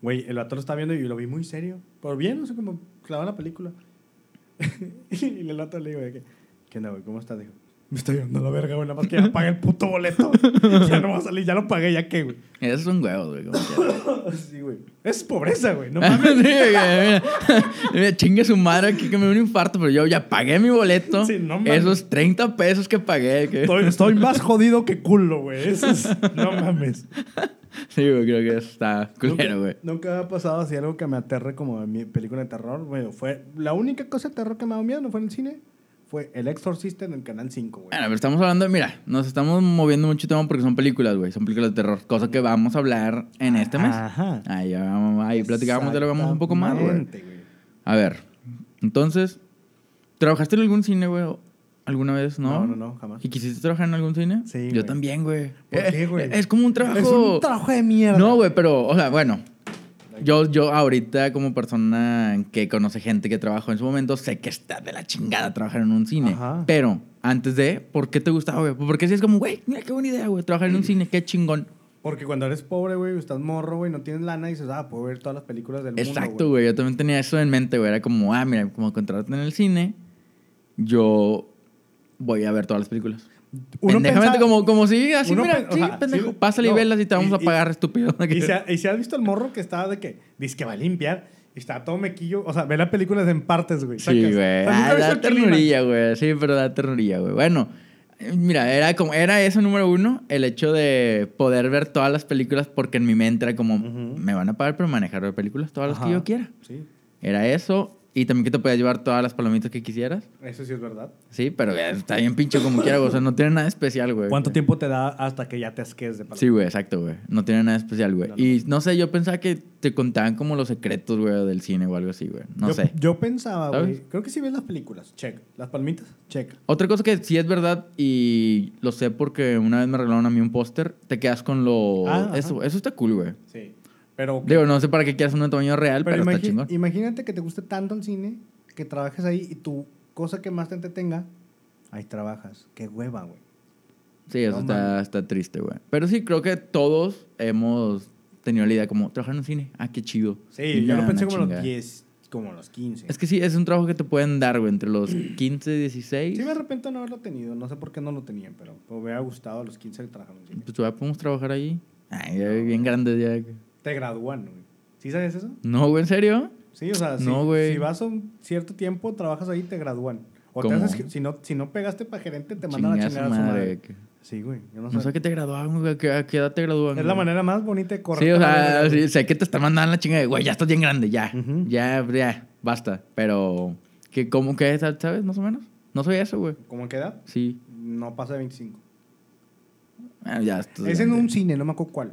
Speaker 2: Güey, el vato lo estaba viendo y lo vi muy serio. Pero bien, no sé cómo clavó la película. y el vato le digo, de que, ¿qué onda, güey? ¿Cómo estás? Dijo, me estoy llevando la verga, güey. Nada más que ya pague el puto boleto. ya no va a salir, ya lo pagué, ya qué, güey.
Speaker 1: Esos son huevos, güey. como quieras.
Speaker 2: sí, güey. Es pobreza, güey. No
Speaker 1: sí,
Speaker 2: mames.
Speaker 1: güey, mira, mira, chingue su madre aquí que me dio un infarto, pero yo ya pagué mi boleto.
Speaker 2: Sí, no mames.
Speaker 1: esos 30 pesos que pagué. que-
Speaker 2: Estoy, estoy más jodido que culo, güey. Eso es- no mames.
Speaker 1: Sí, güey, creo que eso está
Speaker 2: Nunca,
Speaker 1: culero, güey.
Speaker 2: nunca ha pasado así algo que me aterre como en mi película de terror. Bueno, fue la única cosa de terror que me ha dado miedo no fue en el cine. Fue El Exorcista en el Canal 5, güey.
Speaker 1: Bueno, pero estamos hablando, mira, nos estamos moviendo mucho tema porque son películas, güey. Son películas de terror, cosa que vamos a hablar en este mes.
Speaker 2: Ajá.
Speaker 1: Ahí, ya vamos- ahí platicamos, dialogamos un poco más, güey.
Speaker 2: Exactamente, güey.
Speaker 1: A ver, entonces, ¿trabajaste en algún cine, güey? ¿Alguna vez, no?
Speaker 2: No, no, no, jamás.
Speaker 1: ¿Y quisiste trabajar en algún cine?
Speaker 2: Sí,
Speaker 1: Yo
Speaker 2: güey.
Speaker 1: también, güey.
Speaker 2: ¿Por
Speaker 1: Eh,
Speaker 2: qué, güey?
Speaker 1: Es como un trabajo.
Speaker 2: Es un trabajo de mierda.
Speaker 1: No, güey, pero, o sea, bueno. Yo, yo ahorita, como persona que conoce gente que trabajó en su momento, sé que está de la chingada trabajar en un cine.
Speaker 2: Ajá.
Speaker 1: Pero, antes de, ¿por qué te gustaba, güey? Porque si es como, güey, mira qué buena idea, güey, trabajar en un cine, qué chingón.
Speaker 2: Porque cuando eres pobre, güey, estás morro, güey, no tienes lana y dices, ah, puedo ver todas las películas del
Speaker 1: Exacto,
Speaker 2: mundo.
Speaker 1: güey. Yo también tenía eso en mente, güey. Era como, ah, mira, como contratan en el cine, yo voy a ver todas las películas.
Speaker 2: Uno
Speaker 1: Pendejamente,
Speaker 2: pensaba-
Speaker 1: como, como sí, así,
Speaker 2: uno
Speaker 1: mira,
Speaker 2: pen- o
Speaker 1: sí,
Speaker 2: sea,
Speaker 1: pendejo,
Speaker 2: sí,
Speaker 1: pásale y
Speaker 2: no,
Speaker 1: velas y te vamos
Speaker 2: y-
Speaker 1: a pagar, estúpido.
Speaker 2: Y si, ha- y si has visto el morro que estaba de que, dice que va a limpiar y está todo mequillo. O sea, ve las películas en partes, güey.
Speaker 1: Sí,
Speaker 2: sacas.
Speaker 1: güey.
Speaker 2: O sea, nunca
Speaker 1: Ah,
Speaker 2: ves
Speaker 1: da
Speaker 2: el clima.
Speaker 1: ternurilla, güey. Sí, pero da ternurilla, güey. Bueno, eh, mira, era como era eso número uno, el hecho de poder ver todas las películas porque en mi mente era como,
Speaker 2: Ujú.
Speaker 1: me van a pagar pero manejar ver películas todas las
Speaker 2: Ajá.
Speaker 1: que yo quiera.
Speaker 2: Sí,
Speaker 1: Era eso. Y también que te podías llevar todas las palomitas que quisieras.
Speaker 2: eso sí es verdad.
Speaker 1: Sí, pero eh, está bien pinche como quiera, güey. O sea, no tiene nada especial, güey.
Speaker 2: ¿Cuánto tiempo te da hasta que ya te asques de
Speaker 1: Sí, güey, exacto, güey. No tiene nada especial, güey.
Speaker 2: No, no.
Speaker 1: Y no sé, yo pensaba que te contaban como los secretos, güey, del cine o algo así, güey. No
Speaker 2: yo,
Speaker 1: sé.
Speaker 2: Yo pensaba,
Speaker 1: ¿Sabes?
Speaker 2: güey. Creo que sí ves las películas. Check. Las palmitas. Check.
Speaker 1: Otra cosa que sí es verdad y lo sé porque una vez me regalaron a mí un póster, te quedas con lo...
Speaker 2: Ah, ajá.
Speaker 1: eso, eso está cool, güey.
Speaker 2: Sí. Pero,
Speaker 1: Digo, no sé para qué quieras un tamaño real, pero,
Speaker 2: pero
Speaker 1: está
Speaker 2: imagi-
Speaker 1: chingón.
Speaker 2: imagínate que te guste tanto el cine, que trabajes ahí y tu cosa que más te entretenga, ahí trabajas. Qué hueva, güey.
Speaker 1: Sí, eso
Speaker 2: No
Speaker 1: está,
Speaker 2: mames.
Speaker 1: está triste, güey. Pero sí, creo que todos hemos tenido la idea como, trabajar en un cine, ah, qué chido.
Speaker 2: Sí,
Speaker 1: Y ya,
Speaker 2: yo lo pensé
Speaker 1: una
Speaker 2: como los
Speaker 1: chingada.
Speaker 2: 10, como los 15.
Speaker 1: Es que sí, es un trabajo que te pueden dar, güey, entre los 15, 16.
Speaker 2: Sí, me arrepiento de no haberlo tenido. No sé por qué no lo tenían, pero me hubiera gustado a los 15 que trabajaron. en cine.
Speaker 1: Pues todavía podemos trabajar ahí. Ay, ya bien grande ya.
Speaker 2: Te gradúan, güey. ¿Sí sabes eso?
Speaker 1: No, güey, ¿en serio?
Speaker 2: Sí, o sea, si-
Speaker 1: No, güey.
Speaker 2: si, vas a un cierto tiempo, trabajas ahí, te gradúan. O te
Speaker 1: ¿Cómo?
Speaker 2: haces- si, no, si no pegaste para gerente, te mandan
Speaker 1: Chinga
Speaker 2: a chingar a su madre.
Speaker 1: que-
Speaker 2: Sí, güey. Yo no,
Speaker 1: No sé
Speaker 2: sé.
Speaker 1: a qué te gradúan, güey, a qué, a qué edad te gradúan.
Speaker 2: Es la
Speaker 1: güey.
Speaker 2: manera más bonita y correcta.
Speaker 1: Sí, o
Speaker 2: de
Speaker 1: sea,
Speaker 2: ver-
Speaker 1: sí, sé que te está mandando la chinga de, güey, ya estás bien grande, ya.
Speaker 2: Ujú.
Speaker 1: Ya, ya, basta. Pero, ¿qué, ¿cómo que es, sabes, más o menos? No soy eso, güey.
Speaker 2: ¿Cómo qué edad?
Speaker 1: Sí.
Speaker 2: No pasa de 25.
Speaker 1: Bueno, ya, esto
Speaker 2: Es en
Speaker 1: grande.
Speaker 2: un cine, no me acuerdo cuál.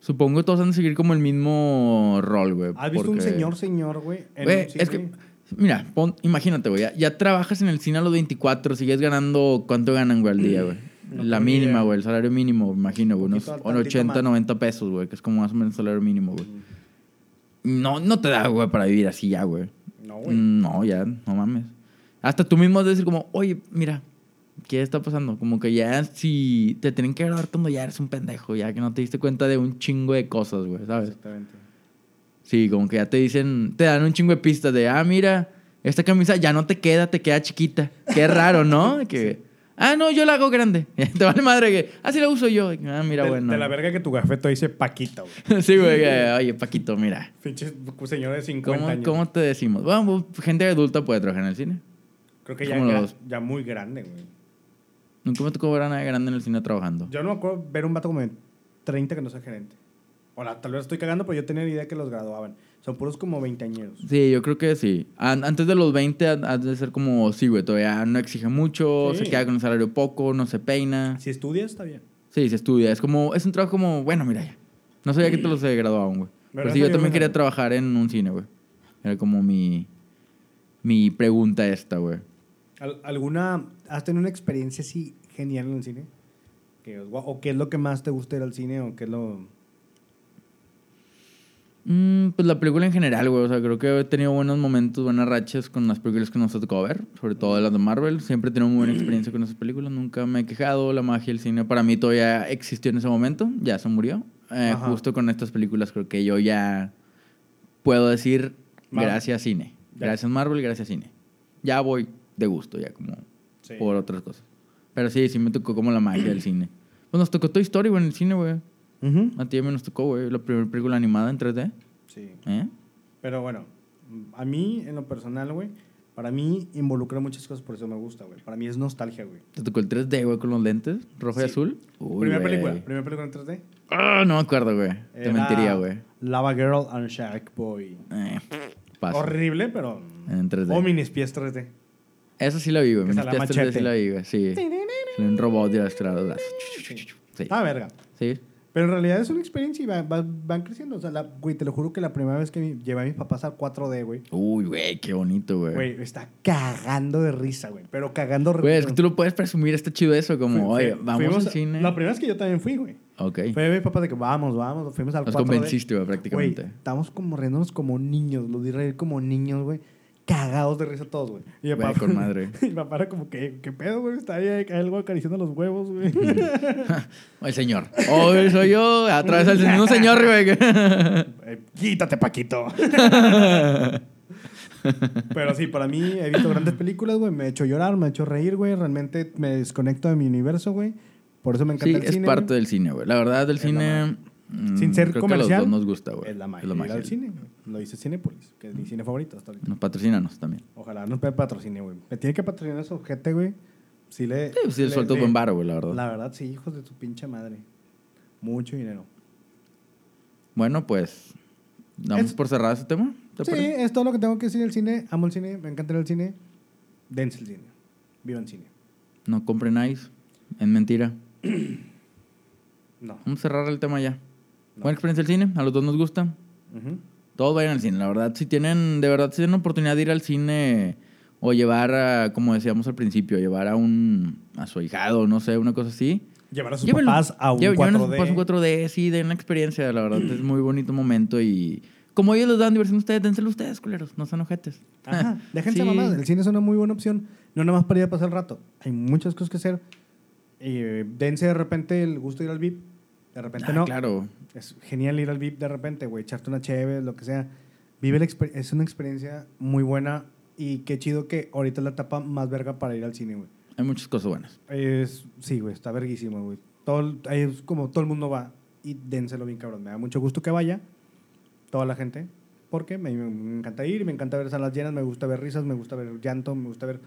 Speaker 1: Supongo todos han de seguir como el mismo rol, güey.
Speaker 2: ¿Has visto un
Speaker 1: porque-
Speaker 2: señor, señor, güey? en
Speaker 1: Güey,
Speaker 2: un
Speaker 1: es que,
Speaker 2: cine?
Speaker 1: mira, pon- imagínate, güey. Ya, ya trabajas en el cine a los 24, sigues ganando, ¿cuánto ganan, güey, al día, güey?
Speaker 2: Mm, No
Speaker 1: La
Speaker 2: tengo idea.
Speaker 1: mínima, güey, el salario mínimo, me imagino, güey. Unos
Speaker 2: Poquito,
Speaker 1: unos
Speaker 2: tantito
Speaker 1: 80,
Speaker 2: más.
Speaker 1: 90 pesos, güey, que es como más o menos el salario mínimo, güey.
Speaker 2: Mm,
Speaker 1: No, no te da, güey, para vivir así ya, güey.
Speaker 2: No, güey.
Speaker 1: No, ya, no mames. Hasta tú mismo has de decir como, oye, mira, ¿qué está pasando? Como que ya si te tienen que grabar cuando ya eres un pendejo, ya que no te diste cuenta de un chingo de cosas, güey, ¿sabes?
Speaker 2: Exactamente.
Speaker 1: Sí, como que ya te dicen, te dan un chingo de pistas de, ah, mira, esta camisa ya no te queda, te queda chiquita. Qué raro, ¿no? Que, ah, no, yo la hago grande. te vale madre que, ah, sí la uso yo. Ah, mira,
Speaker 2: de,
Speaker 1: bueno.
Speaker 2: de la verga que tu gafeto dice Paquita, güey.
Speaker 1: sí, güey, que, oye, Paquito, mira.
Speaker 2: Pinche señor de 50
Speaker 1: ¿Cómo,
Speaker 2: años.
Speaker 1: cómo te decimos? Bueno, pues, gente adulta puede trabajar en el cine.
Speaker 2: Creo que ya,
Speaker 1: cómo
Speaker 2: gra-
Speaker 1: los-
Speaker 2: ya muy grande, güey.
Speaker 1: Nunca me tocó ver a nadie grande en el cine trabajando.
Speaker 2: Yo no me acuerdo ver un vato como de 30 que no sea gerente. O la- tal vez estoy cagando, pero yo tenía la idea que los graduaban. Son puros como veinteañeros.
Speaker 1: Sí, yo creo que sí. An- antes de los 20 ha- has de ser como, sí, güey, todavía no exige mucho,
Speaker 2: Sí.
Speaker 1: se queda con un salario poco, no se peina.
Speaker 2: Si estudias, está bien.
Speaker 1: Sí, se estudia. Es como, es un trabajo como, bueno, mira ya. No sabía que te los graduaban, güey.
Speaker 2: Pero
Speaker 1: Pero
Speaker 2: eso
Speaker 1: sí, yo
Speaker 2: yo
Speaker 1: también
Speaker 2: me
Speaker 1: quería
Speaker 2: sabía.
Speaker 1: trabajar en un cine, güey. Era como mi, mi pregunta esta, güey.
Speaker 2: Al- ¿Alguna. ¿Has tenido una experiencia así genial en el cine? Que, os gua- ¿O qué es lo que más te gusta ir al cine? ¿O qué es lo.?
Speaker 1: Mm, pues la película en general, güey. O sea, creo que he tenido buenos momentos, buenas rachas con las películas que nos ha tocado ver. Sobre todo las de Marvel. Siempre he tenido muy buena experiencia con esas películas. Nunca me he quejado. La magia del cine para mí todavía existió en ese momento. Ya se murió. Eh,
Speaker 2: Ajá.
Speaker 1: justo con estas películas creo que yo ya puedo decir
Speaker 2: Marvel.
Speaker 1: gracias cine.
Speaker 2: Ya.
Speaker 1: Gracias Marvel, gracias cine. Ya voy de gusto, ya como
Speaker 2: Sí.
Speaker 1: por otras cosas. Pero sí, sí me tocó como la magia del cine. Pues nos tocó Toy Story, güey, en el cine, güey.
Speaker 2: Ujú.
Speaker 1: A ti ya me nos tocó, güey, la primera película animada en 3D.
Speaker 2: Sí.
Speaker 1: ¿Eh?
Speaker 2: Pero bueno, a mí, en lo personal, güey, para mí involucra muchas cosas, por eso me gusta, güey. Para mí es nostalgia, güey.
Speaker 1: ¿Te tocó el 3D, güey, con los lentes? ¿Rojo y
Speaker 2: Sí.
Speaker 1: azul? Uy,
Speaker 2: primera
Speaker 1: güey.
Speaker 2: película, primera película en 3D.
Speaker 1: Ah, no me acuerdo, güey. Te
Speaker 2: Era
Speaker 1: mentiría, güey.
Speaker 2: Lava Girl and Shark Boy.
Speaker 1: Eh, paso.
Speaker 2: Horrible, pero. oh,
Speaker 1: En 3D.
Speaker 2: O Minis Pies 3D.
Speaker 1: Esa sí la vi, güey.
Speaker 2: Que
Speaker 1: Mis
Speaker 2: sale
Speaker 1: pies 3D sí
Speaker 2: machete.
Speaker 1: la vi, güey. Sí. Sale un robot y las las- Sí.
Speaker 2: Está verga.
Speaker 1: Sí.
Speaker 2: Pero en realidad es una experiencia y va- va- van creciendo. O sea, la- güey, te lo juro que la primera vez que mi- llevé a mis papás a 4D, güey,
Speaker 1: Uy, güey, qué bonito, güey.
Speaker 2: güey, está cagando de risa, güey. Pero cagando de
Speaker 1: Güey, es
Speaker 2: risa.
Speaker 1: que tú lo puedes presumir, está chido eso. Como,
Speaker 2: Fui-
Speaker 1: oye,
Speaker 2: fui-
Speaker 1: vamos
Speaker 2: fuimos
Speaker 1: al
Speaker 2: a-
Speaker 1: cine.
Speaker 2: La primera vez que yo también fui, güey.
Speaker 1: Ok.
Speaker 2: Fue mi papá de que vamos, vamos, fuimos al
Speaker 1: Nos
Speaker 2: 4D.
Speaker 1: convenciste, güey,
Speaker 2: Güey,
Speaker 1: prácticamente.
Speaker 2: estamos como riéndonos como niños, los di reír como niños, güey. Cagados de risa todos, güey.
Speaker 1: Güey,
Speaker 2: Y mi
Speaker 1: con madre.
Speaker 2: mi papá era como que, ¿qué pedo, güey? Está ahí algo acariciando los huevos, güey.
Speaker 1: El señor. Oh, soy yo. A través del mismo señor, güey.
Speaker 2: Eh, Quítate, Paquito. Pero sí, para mí he visto grandes películas, güey. Me he hecho llorar, me he hecho reír, güey. Realmente me desconecto de mi universo, güey. Por eso me encanta
Speaker 1: Sí,
Speaker 2: el
Speaker 1: es
Speaker 2: cine.
Speaker 1: parte
Speaker 2: güey.
Speaker 1: del cine, güey. La verdad, del
Speaker 2: Es la
Speaker 1: cine. mm,
Speaker 2: Sin ser
Speaker 1: creo
Speaker 2: comercial.
Speaker 1: Que a los dos nos gusta, güey.
Speaker 2: Es la magia.
Speaker 1: Es la magia.
Speaker 2: del cine, güey. Lo dice Cinepolis, que es mi cine favorito hasta ahorita.
Speaker 1: Nos patrocinanos también.
Speaker 2: Ojalá nos pe- patrocine, güey. Me tiene que patrocinar ese ojete, güey. Si le.
Speaker 1: Sí, pues sí,
Speaker 2: le-
Speaker 1: el suelto
Speaker 2: le-
Speaker 1: es buen varo, güey, la verdad.
Speaker 2: La verdad, sí, hijos de tu pinche madre. Mucho dinero.
Speaker 1: Bueno, pues. Damos
Speaker 2: Es-
Speaker 1: por cerrado ese tema. ¿Te
Speaker 2: Sí,
Speaker 1: parece?
Speaker 2: es todo lo que tengo que decir del cine. Amo el cine, me encanta ir al cine. Dense el cine. Vivan cine.
Speaker 1: No compren ice. Es mentira.
Speaker 2: No.
Speaker 1: Vamos a cerrar el tema ya. Buena experiencia el cine. A los dos nos gusta.
Speaker 2: Ujú.
Speaker 1: Todos vayan al cine, la verdad. Si tienen, de verdad, si tienen oportunidad de ir al cine o llevar a, como decíamos al principio, llevar a un a su ahijado, no sé, una cosa así.
Speaker 2: Llevar a sus
Speaker 1: Llévenlo.
Speaker 2: papás a un
Speaker 1: Lle- lleven a sus
Speaker 2: 4D.
Speaker 1: papás a un 4D, sí, den la experiencia, la verdad. es muy bonito momento y... Como ellos les dan diversión a ustedes, dénselo ustedes, culeros. No sean ojetes.
Speaker 2: Ajá, déjense
Speaker 1: Sí. Ah,
Speaker 2: mamadas. El cine es una muy buena opción. No nada más para ir a pasar el rato. Hay muchas cosas que hacer. Eh, dense de repente el gusto de ir al VIP. De repente
Speaker 1: Ah,
Speaker 2: no.
Speaker 1: Claro.
Speaker 2: Es genial ir al VIP de repente, güey, echarte una cheve, lo que sea. Vive la exper- es una experiencia muy buena y qué chido que ahorita es la etapa más verga para ir al cine, güey.
Speaker 1: Hay muchas cosas buenas.
Speaker 2: Es, sí, güey, está verguísimo, güey. Todo, el- es como todo el mundo va y dénselo bien, cabrón. Me da mucho gusto que vaya toda la gente porque me, me encanta ir, me encanta ver salas llenas, me gusta ver risas, me gusta ver llanto, me gusta ver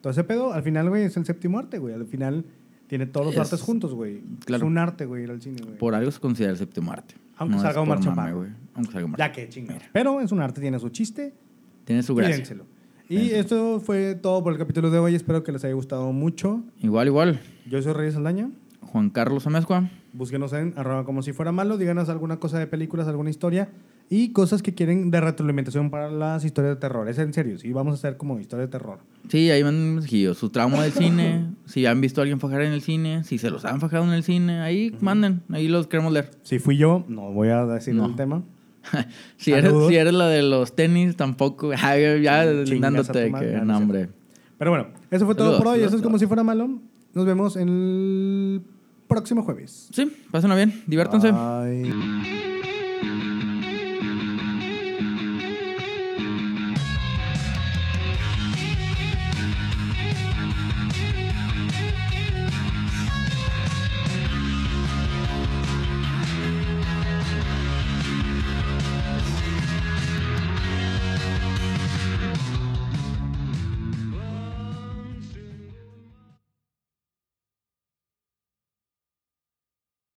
Speaker 2: todo ese pedo. Al final, güey, es el séptimo arte, güey. Al final tiene todos los
Speaker 1: Es-
Speaker 2: artes juntos, güey.
Speaker 1: claro.
Speaker 2: Es un arte, güey, ir al cine, güey.
Speaker 1: Por algo se considera el séptimo arte.
Speaker 2: Aunque
Speaker 1: es
Speaker 2: salga Omar
Speaker 1: por mame,
Speaker 2: Chaparro.
Speaker 1: güey. Aunque salga Omar
Speaker 2: Ya que chingada. Pero es un arte, tiene su chiste.
Speaker 1: Chaparro. Tiene su
Speaker 2: Y
Speaker 1: gracia.
Speaker 2: dénselo. Y esto fue todo por el capítulo de hoy. Espero que les haya gustado mucho.
Speaker 1: Igual, igual.
Speaker 2: Yo soy Reyes Aldaña.
Speaker 1: Juan Carlos Amezcua.
Speaker 2: Búsquenos en arroba como si fuera malo, díganos alguna cosa de películas, alguna historia y cosas que quieren de retroalimentación para las historias de terror. Es en serio, sí, vamos a hacer como historia de terror.
Speaker 1: Sí, ahí van mensajillos. Su trauma del cine, si han visto a alguien fajar en el cine, si se los han fajado en el cine, ahí manden, ahí los queremos leer.
Speaker 2: Si fui yo, no voy a decir
Speaker 1: No.
Speaker 2: el tema.
Speaker 1: si, eres,
Speaker 2: Saludos.
Speaker 1: si eres la de los tenis, tampoco, ya, ya
Speaker 2: Chingas a tu
Speaker 1: deslindándote,
Speaker 2: madre.
Speaker 1: que
Speaker 2: Ah, no es
Speaker 1: no, hombre.
Speaker 2: Pero bueno, eso fue todo
Speaker 1: Saludos,
Speaker 2: por hoy.
Speaker 1: saludos,
Speaker 2: Eso es como
Speaker 1: saludos.
Speaker 2: si fuera malo. Nos vemos el próximo jueves. Ah.
Speaker 1: Sí, pásenlo bien, diviértanse.
Speaker 2: Bye.